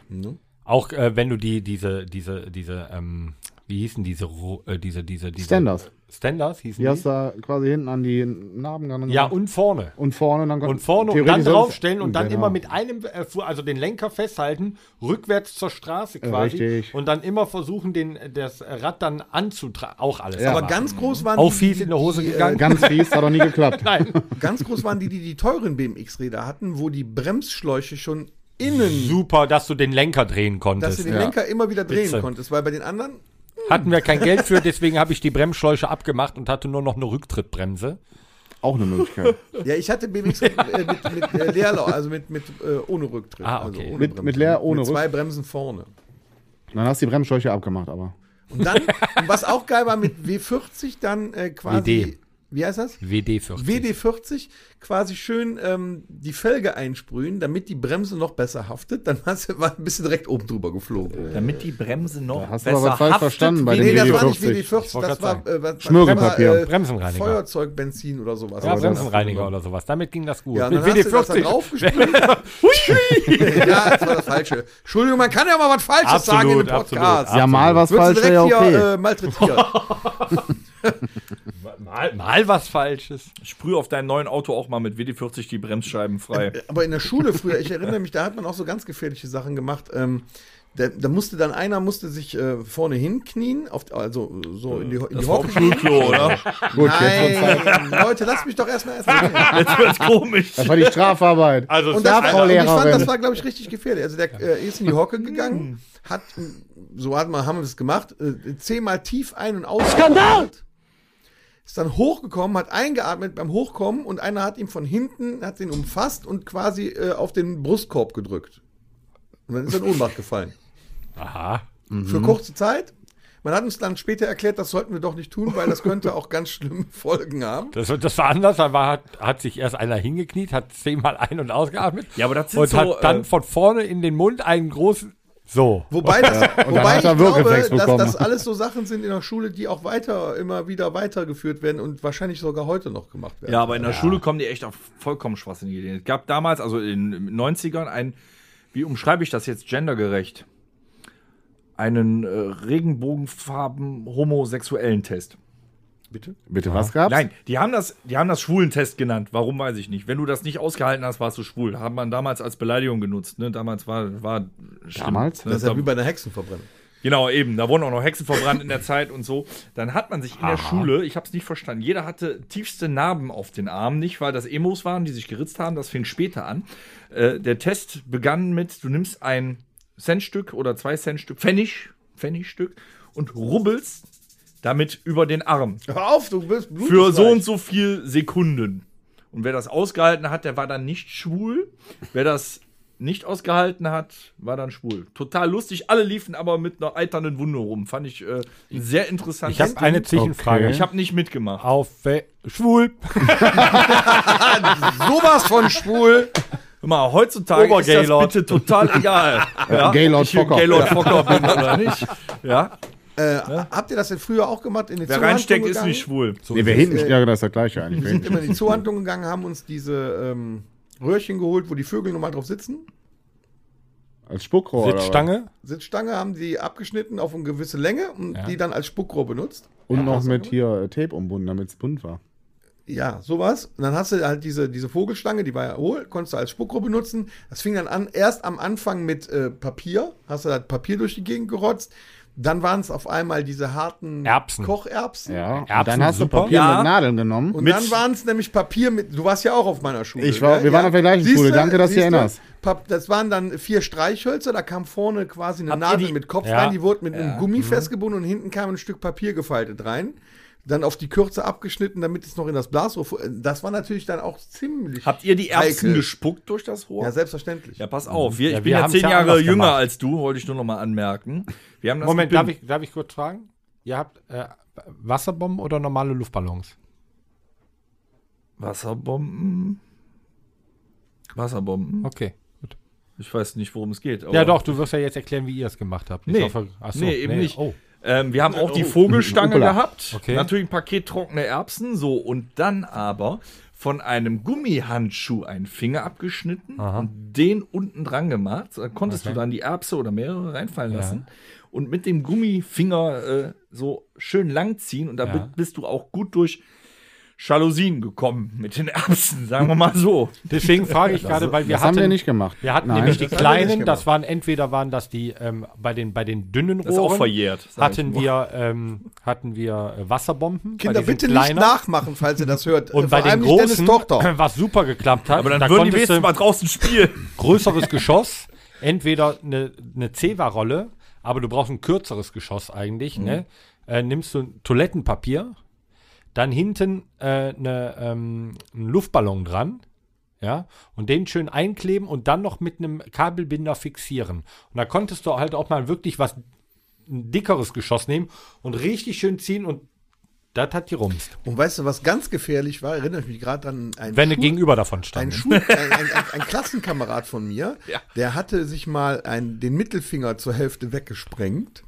Auch äh, wenn du die, diese, diese, diese, ähm, wie hießen diese, Ro- äh, diese, diese, diese.
Standards.
Standards hießen
Die hast
die?
du quasi hinten an die Narben dran
Ja,
gemacht.
und vorne.
und vorne und dann
Und vorne und dann draufstellen und dann
genau.
immer mit
Genau.
einem, äh, Fu- also den Lenker festhalten, rückwärts zur Straße
Äh,
quasi.
Richtig.
Und dann immer versuchen, den, äh, das Rad dann anzutragen. Auch alles.
Aber
machen.
ganz groß waren
Auch
die,
fies
die-
in der Hose
die, äh,
gegangen.
Ganz fies, hat doch nie geklappt.
[laughs] Nein.
Ganz groß waren die, die die teuren BMX-Räder hatten, wo die Bremsschläuche schon innen,
Super, dass du den Lenker drehen
dass du
konntest.
den
ja.
Lenker immer wieder drehen
Bitte.
konntest, weil bei den anderen
Hatten wir kein Geld für, deswegen habe ich die Bremsschläuche abgemacht und hatte nur noch eine Rücktrittbremse.
Auch eine Möglichkeit.
Ja, ich hatte BMX äh, mit, mit äh, Leerlauf, also mit, mit äh, ohne Rücktritt.
Ah,
also
okay.
ohne
Mit-
Bremsen.
mit leer, ohne
mit zwei Bremsen vorne.
Dann hast du die Bremsschläuche abgemacht, aber.
Und dann, und was auch geil war, mit W40 dann äh, quasi.
WD.
Wie heißt das?
WD40.
WD40 quasi schön ähm, die Felge einsprühen, damit die Bremse noch besser haftet. Dann hast du, war, bist du direkt oben drüber geflogen.
Damit die Bremse noch
Da hast du aber was falsch verstanden bei
wie-
dem
Nee, das
Nee, WD40.
war nicht
Ich
WD40,
wollte
das
grad
war äh, was-
Schmirgelpapier.
was war,
Bremsenreiniger.
Feuerzeug, Benzin oder sowas.
Ja,
Aber das-
Bremsenreiniger oder sowas. Damit ging das gut.
Ja, und
Mit
dann hast du das da
WD40. [laughs]
draufgesprüht. ja, das war das Falsche. Entschuldigung, man kann ja mal was Falsches sagen in einem
Absolut, absolut.
Podcast.
Ja, mal was
Wird
falsch,
direkt
ja, okay.
hier äh, malträtiert.
Mal, mal was Falsches.
Sprüh auf deinem neuen Auto auch mal mit WD-40 die Bremsscheiben
[laughs]
frei.
Äh, Aber in der Schule früher, ich erinnere mich, da hat man auch so ganz gefährliche Sachen gemacht. Ähm, da, da musste dann einer musste sich äh, vorne hinknien, auf, also so in die, in die Hocke.
Schulklo, oder?
Gut, jetzt wird's-
Nein, Leute, lasst mich doch erstmal
[laughs]
erstmal.
Jetzt wird's komisch.
das war die Strafarbeit.
[laughs] Also,
Und,
es
das,
Ja, Frau
und ich fand,
Lehrerin.
das war, glaube ich, richtig gefährlich. Also der äh, ist in die Hocke gegangen, hat, mh, so hat man, haben wir es gemacht, äh, zehnmal tief ein- und aus. Skandal! Ist dann hochgekommen, hat eingeatmet beim Hochkommen und einer hat ihn von hinten, hat ihn umfasst und quasi äh, auf den Brustkorb gedrückt. Und dann ist er in Ohnmacht gefallen.
Aha.
Mhm.
Für kurze Zeit. Man hat uns dann später erklärt, das sollten wir doch nicht tun, weil das könnte auch ganz schlimme Folgen haben.
Das, das war anders, da war, hat, hat sich erst einer hingekniet, hat zehnmal ein- und ausgeatmet.
Ja, aber das sind
Und
so,
hat dann
äh,
von vorne in den Mund einen großen. So.
Wobei, das,
dann
wobei ich
hat er Wirkeffekt
glaube, dass
bekommen.
das alles so Sachen sind in der Schule, die auch weiter, immer wieder weitergeführt werden und wahrscheinlich sogar heute noch gemacht werden.
Ja, aber in der Schule kommen die echt auf vollkommen schwachsinnige Ideen. Es gab damals, also in den 90ern, ein, wie umschreibe ich das jetzt gendergerecht? Einen äh, Regenbogenfarben homosexuellen Test.
Bitte?
Bitte, was gab's?
Nein, die haben das, die haben das Schwulentest genannt. Warum weiß ich nicht. Wenn du das nicht ausgehalten hast, warst du schwul. Haben man damals als Beleidigung genutzt. Ne? Damals war, war stimmt,
Damals?
Ne?
Das ist ja wie bei einer Hexenverbrennung.
Genau, eben. Da wurden auch noch Hexen verbrannt in der Zeit und so. Dann hat man sich in der Schule, ich habe es nicht verstanden, jeder hatte tiefste Narben auf den Armen. Nicht, weil das Emos waren, die sich geritzt haben. Das fing später an. Äh, der Test begann mit, du nimmst ein Centstück oder zwei Centstück, Pfennig, Pfennigstück und rubbelst damit über den Arm.
Hör auf, du bist Blut
Für so und so viel Sekunden. Und wer das ausgehalten hat, der war dann nicht schwul. Wer das nicht ausgehalten hat, war dann schwul. Total lustig. Alle liefen aber mit einer eiternden Wunde rum. Fand ich äh, ein sehr interessant.
Ich habe eine Zwischenfrage.
Okay.
Ich habe nicht mitgemacht.
Auf we- schwul.
Sowas von schwul.
Hör mal, heutzutage ist das
Obergaylord.
bitte total egal. ja?
Gaylord
ich hier
Fokker.
Gaylord Fokker bin oder nicht. Ja?
Äh, Habt ihr das denn früher auch gemacht? In die
Wer
Zoohandlung
reinsteckt, ist
gegangen?
nicht schwul.
Nee, wer hinten steht, ja, das ist das gleiche eigentlich.
Wir sind immer in die Zoohandlung gegangen, haben uns diese ähm, Röhrchen geholt, wo die Vögel nun mal drauf sitzen.
Als Spuckrohr. oder was?
Sitzstange.
Sitzstange haben die abgeschnitten auf eine gewisse Länge und die dann als Spuckrohr benutzt.
Und noch mit hier äh, Tape umbunden, damit es bunt war.
Ja, sowas. Und dann hast du halt diese, diese Vogelstange, die war ja hohl, konntest du als Spuckrohr benutzen. Das fing dann an, erst am Anfang mit äh, Papier, hast du halt Papier durch die Gegend gerotzt. Dann waren es auf einmal diese harten
Erbsen.
Kocherbsen.
Ja.
Erbsen,
Und dann hast du
super.
Papier
Ja.
mit Nadeln genommen.
Und
Mit-
dann waren es nämlich Papier mit. Du warst ja auch auf meiner Schule. ne?
Ich war- wir waren auf der gleichen Schule. Danke, dass du
siehste?
erinnerst.
Pap- Das waren dann vier Streichhölzer, da kam vorne quasi eine
Habt ihr
Nadel
die-
mit Kopf
Ja.
rein, die wurde mit einem
Mhm.
Gummi festgebunden und hinten kam ein Stück Papier gefaltet rein. Dann auf die Kürze abgeschnitten, damit es noch in das Blasrohr. fu- Das war natürlich dann auch ziemlich.
Habt ihr die Erbsen
Heikel.
gespuckt durch das Rohr?
ja, selbstverständlich.
Ja, pass auf. Wir,
Ja,
ich
wir
bin ja
haben's
zehn
ja
Jahre
anders
jünger
gemacht.
als du, wollte ich nur noch mal anmerken. Wir haben das
Moment,
mit
darf ich, darf ich kurz fragen? Ihr habt äh, Wasserbomben oder normale Luftballons?
Wasserbomben. Wasserbomben.
Okay. Gut.
Ich weiß nicht, worum es geht. aber-
Ja, doch, du wirst ja jetzt erklären, wie ihr es gemacht habt. Ich
Oh. Nee,
hoffe- ach so,
nee eben nicht.
Oh.
Ähm, wir haben auch die Vogelstange
Umpala.
gehabt.
Okay.
Natürlich ein Paket trockene Erbsen. So, und dann aber von einem Gummihandschuh einen Finger abgeschnitten und den unten dran gemacht. Da konntest du dann die Erbse oder mehrere reinfallen lassen. Und mit dem Gummifinger äh, so schön langziehen. Und da
Ja.
bi- bist du auch gut durch Jalousien gekommen mit den Erbsen, sagen wir mal so.
Deswegen frage ich gerade, weil wir
das
hatten
haben wir nicht gemacht.
Wir hatten
Nein.
nämlich die
das haben wir nicht
kleinen,
gemacht.
das waren entweder waren das die ähm, bei den bei den dünnen Rohren
Das ist auch verjährt. sag
hatten
ich nur.
wir ähm, hatten wir äh, Wasserbomben.
Kinder,
weil die sind
bitte nicht
kleiner.
nachmachen, falls ihr das
[laughs]
hört.
Und bei den
nicht Dennis
großen, [laughs]
Tochter.
was super geklappt hat,
Aber dann
da
würden die
konntest du
wenigstens mal draußen spielen.
größeres Geschoss, entweder eine eine Zewa-Rolle, aber du brauchst ein kürzeres Geschoss eigentlich. Ne?
Mhm.
Äh, nimmst du ein Toilettenpapier, dann hinten äh, eine, ähm, einen Luftballon dran. Ja, und den schön einkleben und dann noch mit einem Kabelbinder fixieren. Und da konntest du halt auch mal wirklich was ein dickeres Geschoss nehmen und richtig schön ziehen und das hat die rumst.
Und weißt du, was ganz gefährlich war? Erinnere ich mich gerade an einen
Wenn du
Schul-
gegenüber davon
ein,
stand.
Schul ein, ein, ein, ein Klassenkamerad von mir, der hatte sich mal ein, den Mittelfinger zur Hälfte weggesprengt.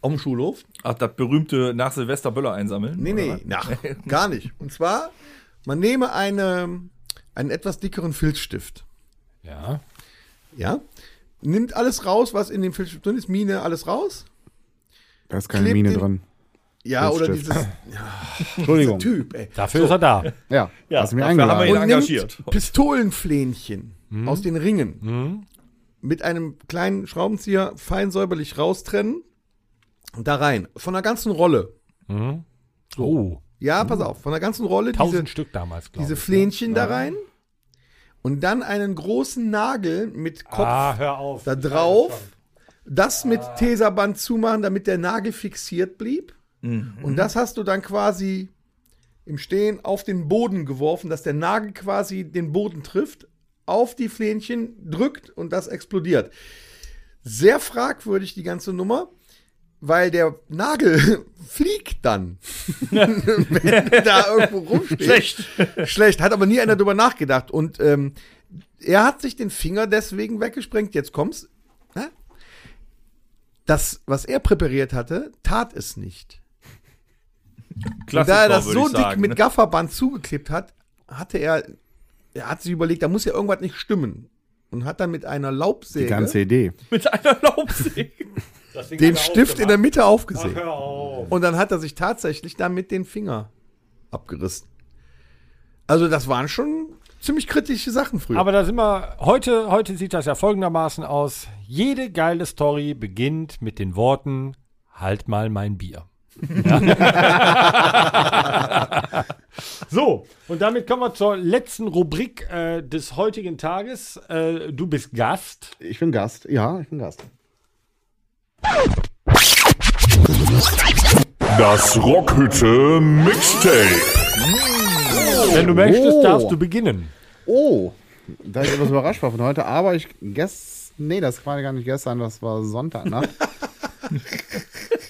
Auf dem Schulhof.
Ach, das berühmte nach Silvester Böller einsammeln.
Nee, nee, na, gar nicht. Und zwar, man nehme eine, einen etwas dickeren Filzstift.
Ja.
Ja. Nimmt alles raus, was in dem Filzstift drin ist. Mine, alles raus.
Da ist keine
Klebt
Mine
den-
dran.
Ja, oder
Filzstift.
dieses
[clears throat] Entschuldigung.
Typ, ey.
Dafür ist er da.
Ja,
Ja,
hast du mir
dafür haben wir
eingeladen.
ihn-
Und nimmt
engagiert.
Pistolenflähnchen
Mhm.
aus den Ringen. Mit einem kleinen Schraubenzieher fein säuberlich raustrennen. Und da rein. Von der ganzen Rolle.
Oh,
Ja, pass auf. Von der ganzen Rolle diese,
tausend Stück damals, glaube
diese
ich. ne?
Flähnchen da rein. Und dann einen großen Nagel mit Kopf
Ah, hör auf.
da drauf, das mit Tesaband zumachen, damit der Nagel fixiert blieb. Und das hast du dann quasi im Stehen auf den Boden geworfen, dass der Nagel quasi den Boden trifft, auf die Flähnchen drückt und das explodiert. Sehr fragwürdig die ganze Nummer, weil der Nagel [laughs] fliegt dann, [laughs] wenn du da irgendwo rumsteht.
Schlecht.
Schlecht, hat aber nie einer drüber nachgedacht. Und ähm, er hat sich den Finger deswegen weggesprengt. Jetzt kommt's. Ne? Das, was er präpariert hatte, tat es nicht. Und da er das
würde
so
ich
dick
sagen,
mit
ne?
Gafferband zugeklebt hat, hatte er, er hat sich überlegt, da muss ja irgendwas nicht stimmen. Und hat dann mit einer
Die
Laubsäge
ganze Idee.
mit einer [laughs] Laubsäge.
den Stift in der Mitte aufgesägt.
Hör auf.
Und dann hat er sich tatsächlich damit den Finger abgerissen. Also das waren schon ziemlich kritische Sachen früher.
Aber da sind wir, heute, heute sieht das ja folgendermaßen aus. Jede geile Story beginnt mit den Worten, halt mal mein Bier. Ja. [laughs] so, und damit kommen wir zur letzten Rubrik äh, des heutigen Tages. Äh, du bist Gast.
Ich bin Gast. Ja, ich bin Gast.
Das Rockhütte Mixtape.
Wenn du möchtest,
Oh.
darfst du beginnen.
Oh, da ich etwas überrascht war von heute, aber ich gest, nee, das war gar nicht gestern, das
[laughs]
war Sonntagnacht.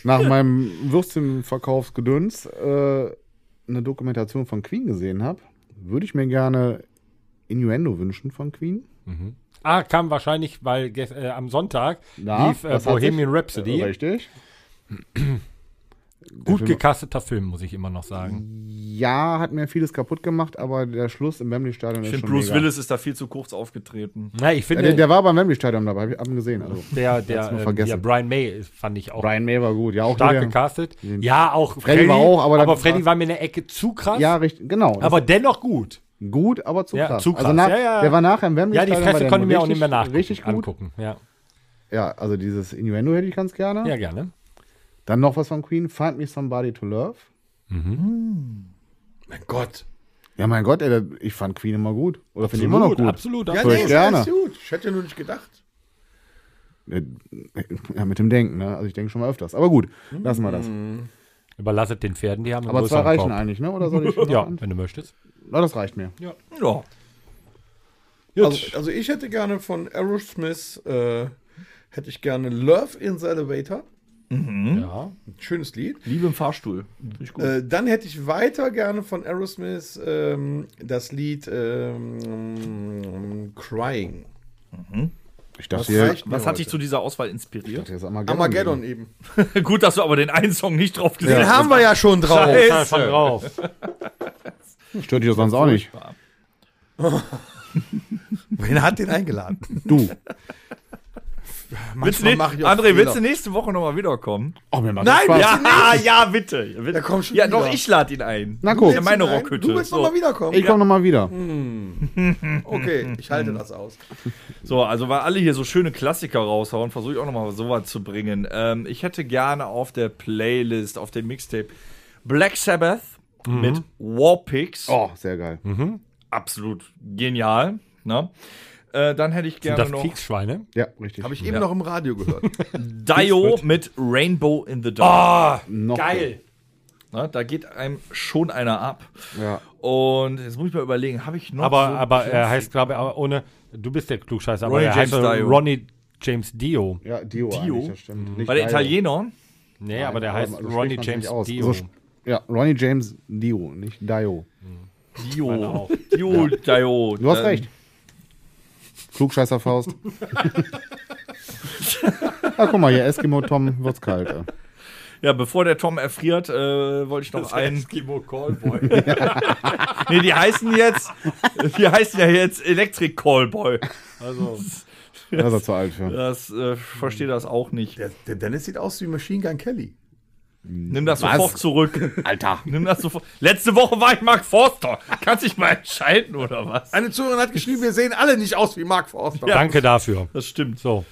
Nach meinem Würstchenverkaufsgedöns äh, eine Dokumentation von Queen gesehen habe, würde ich mir gerne Innuendo wünschen von Queen.
Ah, kam wahrscheinlich, weil ges- äh, am Sonntag
Na,
lief äh,
was hat
Bohemian
sich-
Rhapsody.
Äh, richtig.
Gut
Film- Mhm.
gecasteter Film, muss ich immer noch sagen.
Ja, hat mir vieles kaputt gemacht, aber der Schluss im Wembley Stadion
Ich
ist
finde,
schon
Bruce
mega.
Willis ist da viel zu kurz aufgetreten.
Na, ich
Ja,
finde,
der, der war beim Wembley Stadion dabei, hab ich hab ihn gesehen. Also,
der, der,
Hat's nur
ähm,
vergessen.
ja, Brian May ist- fand ich auch
Brian May war gut, ja auch
stark
nur der-
gecastet. Ja, auch Freddy,
war auch, aber dann-
Freddy war mir eine Ecke zu krass,
Ja, richtig, genau.
aber dennoch gut.
Gut, aber zu
Ja,
krass.
zu krass.
Also nach,
Ja, ja.
Der war nachher im Wembley
Ja, die
Stadion, war
Fresse
der
konnte mir auch nicht
richtig-
mehr nachgucken.
Richtig gut.
angucken. Ja,
Ja, also dieses Innuendo hätte ich ganz gerne.
ja gerne.
Dann noch was von Queen, Find Me Somebody to Love.
Mhm.
mein Gott.
Ja, mein Gott, ey, da- ich fand Queen immer gut. Oder finde ich immer noch
Absolut, absolut.
Ja,
gut.
absolut.
Voll
nee, ist
gerne.
alles gut. Ich hätte nur nicht gedacht.
Ja, mit dem Denken, ne? Also ich denke schon mal öfters. Aber gut, lassen wir das.
Mhm. Überlasset den Pferden, die haben einen
Aber zwei
größeren
reichen
Korb.
eigentlich, ne?
[laughs]
Oder soll ich noch
Ja,
an-
wenn du möchtest.
Na, das reicht mir.
Ja.
Also, also ich hätte gerne von Aerosmith, äh, hätte ich gerne Love in the Elevator.
Hm?
Ja.
Oh,
Ein schönes Lied.
Liebe im Fahrstuhl. Finde ich gut.
Äh, dann hätte ich weiter gerne von Aerosmith ähm, das Lied ähm, Crying.
Ich dachte,
Das
ihr,
reicht.
Was hat dich
heute.
zu dieser Auswahl inspiriert?
das ist Armageddon.
Armageddon eben.
Gut, dass du aber den einen Song nicht drauf gesehen
Den haben wir ja schon drauf.
Scheiße.
Ja, schon drauf.
Stört dich das sonst auch nicht.
Wen hat den [laughs] eingeladen?
Du.
Willst du
Manchmal
nicht,
mache ich auch
André, willst
Fehler.
du nächste Woche nochmal wiederkommen?
Oh, mir macht
Nein,
Spaß.
ja.
ja, bitte. bitte.
Da kommt schon
ja,
wieder.
doch, ich lade ihn ein.
Na guck,
ja meine
Nein,
Rockhütte.
Du willst
so.
nochmal wiederkommen.
ich komme nochmal wieder.
Mhm. Okay, ich halte das aus.
So, also weil alle hier so schöne Klassiker raushauen, versuche ich auch nochmal sowas zu bringen. Ähm, ich hätte gerne auf der Playlist, auf dem Mixtape Black Sabbath
Mhm.
mit Warpix.
Oh, sehr geil.
Absolut genial. Ne? Äh, dann hätte ich
Sind
gerne
das
noch
Kriegsschweine?
Ja, richtig.
Habe ich eben
Ja.
noch im Radio gehört.
Dio mit Rainbow in the Dark.
Ah,
noch
Ne? Da geht einem schon einer ab.
Ja.
Und jetzt muss ich mal überlegen, habe ich noch.
Aber,
so
aber er
Klassik-
heißt, glaube ich, aber ohne, du bist der Klugscheißer, aber
Ronnie
er
James
heißt äh,
Dio.
Ronnie James Dio.
Ja, Dio, Dio? eigentlich, das
Mhm.
stimmt. Nicht
Bei den
Dio.
Italienern.
Nee, aber der
Aber
heißt
so spricht
Ronnie
man's
James
nicht aus. Also
Dio.
So sch- ja, Ronnie James Dio, nicht Dio.
Dio. Dio, Dio.
Du hast
Äh,
Dann-
recht. Klugscheißer Faust.
[laughs]
ah, guck mal, hier Eskimo Tom wird's kalt. ey.
Ja, bevor der Tom erfriert, äh, wollte ich noch einen.
Eskimo Callboy.
[laughs] Nee, die heißen jetzt. Die heißen ja jetzt Electric Callboy.
Also,
Da ist er zu alt für.
Das äh, verstehe das auch nicht.
Der, der Dennis sieht aus wie Machine Gun Kelly.
Nimm das sofort zurück.
Alter.
Nimm das sofort. Letzte Woche war ich Mark Forster. Kannst dich mal entscheiden oder was?
Eine Zuhörerin hat geschrieben, wir sehen alle nicht aus wie Mark Forster.
danke dafür.
Das stimmt.
So,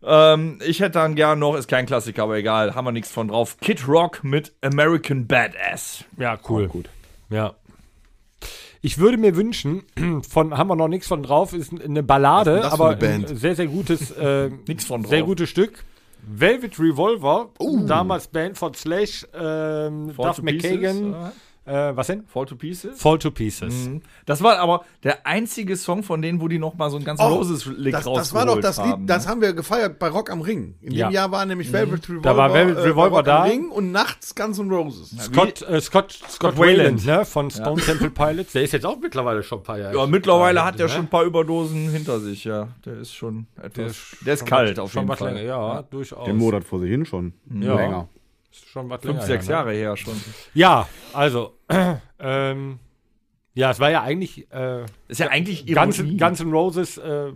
Ähm, ich hätte dann gern noch, ist kein Klassiker, aber egal, haben wir nichts von drauf. Kid Rock mit American Badass.
ja, cool. gut. Ja. Ich würde mir wünschen, [clears throat] von haben wir noch nichts von drauf, ist eine Ballade,
Was ist denn das für
aber
eine Band?
ein sehr, sehr gutes, [laughs] äh,
Nix von drauf.
sehr gutes Stück. Velvet Revolver, damals Band von Slash, ähm,
Fall
Duff
to Pieces,
McKagan,
oder?
äh, was denn? Mhm.
Fall to Pieces.
Fall to Pieces.
Hm. Das war aber der einzige Song von denen, wo die noch mal so ein ganz
Oh,
loses Lick
Das,
rausgeholt
das war doch das Lied,
haben, ne?
das haben wir gefeiert bei Rock am Ring. In
ne? Ja. Mhm.
dem Jahr war nämlich Velvet Revolver,
Da war Velvet
äh,
Revolver
bei Rock
da.
am Ring und nachts Guns N' Roses.
Scott, äh, Scott, Scott
Wayland.
Wayland, ne, von Stone Temple Pilots. Der ist jetzt auch mittlerweile schon ein paar Jahre.
Ja, mittlerweile
alt,
hat er
ne?
schon ein paar Überdosen hinter sich, ja. Der ist schon etwas. Der ist,
schon
kalt
was-
auf
schon
jeden
was
Fall.
Länger. Ja, durchaus.
Den Monat vor sich hin schon.
Ja.
Länger.
Ist schon was
Fünf,
länger
sechs
her, ne?
Jahre her schon.
Ja, also, [clears throat] ähm, ja, es war ja eigentlich äh,
Ist ja eigentlich
Guns,
Ironie.
Guns N' Roses äh,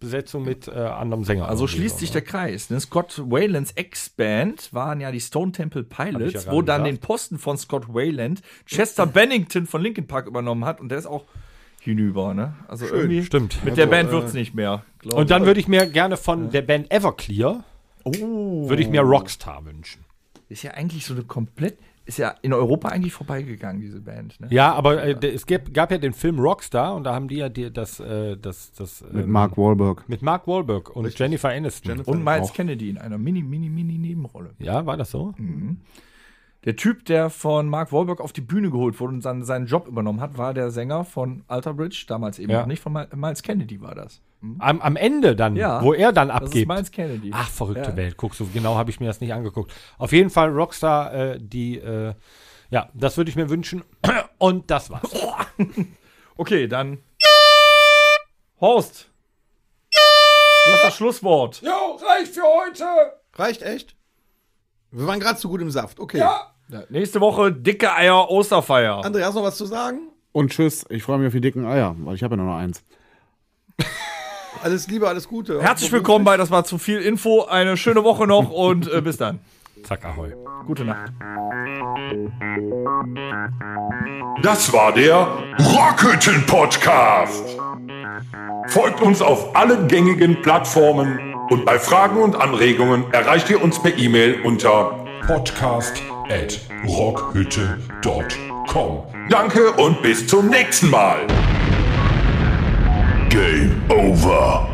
Besetzung mit äh, anderem Sänger.
Also
irgendwie
schließt
so,
sich
ne?
der Kreis. Ne? Scott Waylands Ex-Band waren ja die Stone Temple
Hab ich
Pilots,
ja gar
wo
nicht
dann
gesagt.
den Posten von Scott Wayland Chester Bennington von Linkin Park übernommen hat und der ist auch hinüber. Ne? Also irgendwie
Stimmt. äh,
mit der Band wird's nicht mehr. glaub
Und dann
ich.
würde ich mir gerne von der Band Everclear,
oh,
würde ich mir Rockstar wünschen.
ist ja eigentlich so eine komplett ist ja in Europa eigentlich vorbeigegangen diese Band. Ne?
Ja, aber äh, der- es gab, gab ja den Film Rockstar und da haben die ja die, das, äh, das, das
Mit
ähm,
Mark Wahlberg.
mit Mark Wahlberg und Jennifer Aniston.
Und Miles
Auch.
Kennedy in einer mini mini mini Nebenrolle.
ja, war das so?
Mhm. Der Typ, der von Mark Wahlberg auf die Bühne geholt wurde und seinen, seinen Job übernommen hat, war der Sänger von Alter Bridge, damals eben
Ja.
noch nicht, von Mi- Miles Kennedy war das.
Am, am Ende dann,
Ja.
wo er dann
Das
abgibt.
ist Miles Kennedy.
Ach, verrückte
Ja.
Welt. Guck, so genau habe ich mir das nicht angeguckt. Auf jeden Fall Rockstar, äh, die, äh, ja, das würde ich mir wünschen. [clears throat] Und das war's.
Okay, dann. Horst! Du hast das Schlusswort.
Jo, reicht für heute.
Reicht echt? Wir waren gerade zu gut im Saft. Okay.
Ja.
Nächste Woche dicke Eier Osterfeier.
André, hast du noch was zu sagen?
Und tschüss, ich freue mich auf die dicken Eier, weil ich habe ja nur noch eins.
Alles Liebe, alles Gute.
Herzlich willkommen bei Das war zu viel Info. Eine schöne Woche noch und äh, bis dann.
Zack, ahoi.
Gute Nacht.
Das war der Rockhütten Podcast. Folgt uns auf allen gängigen Plattformen und bei Fragen und Anregungen erreicht ihr uns per E-Mail unter podcast@rockhütte.com. Danke und bis zum nächsten Mal. Game over.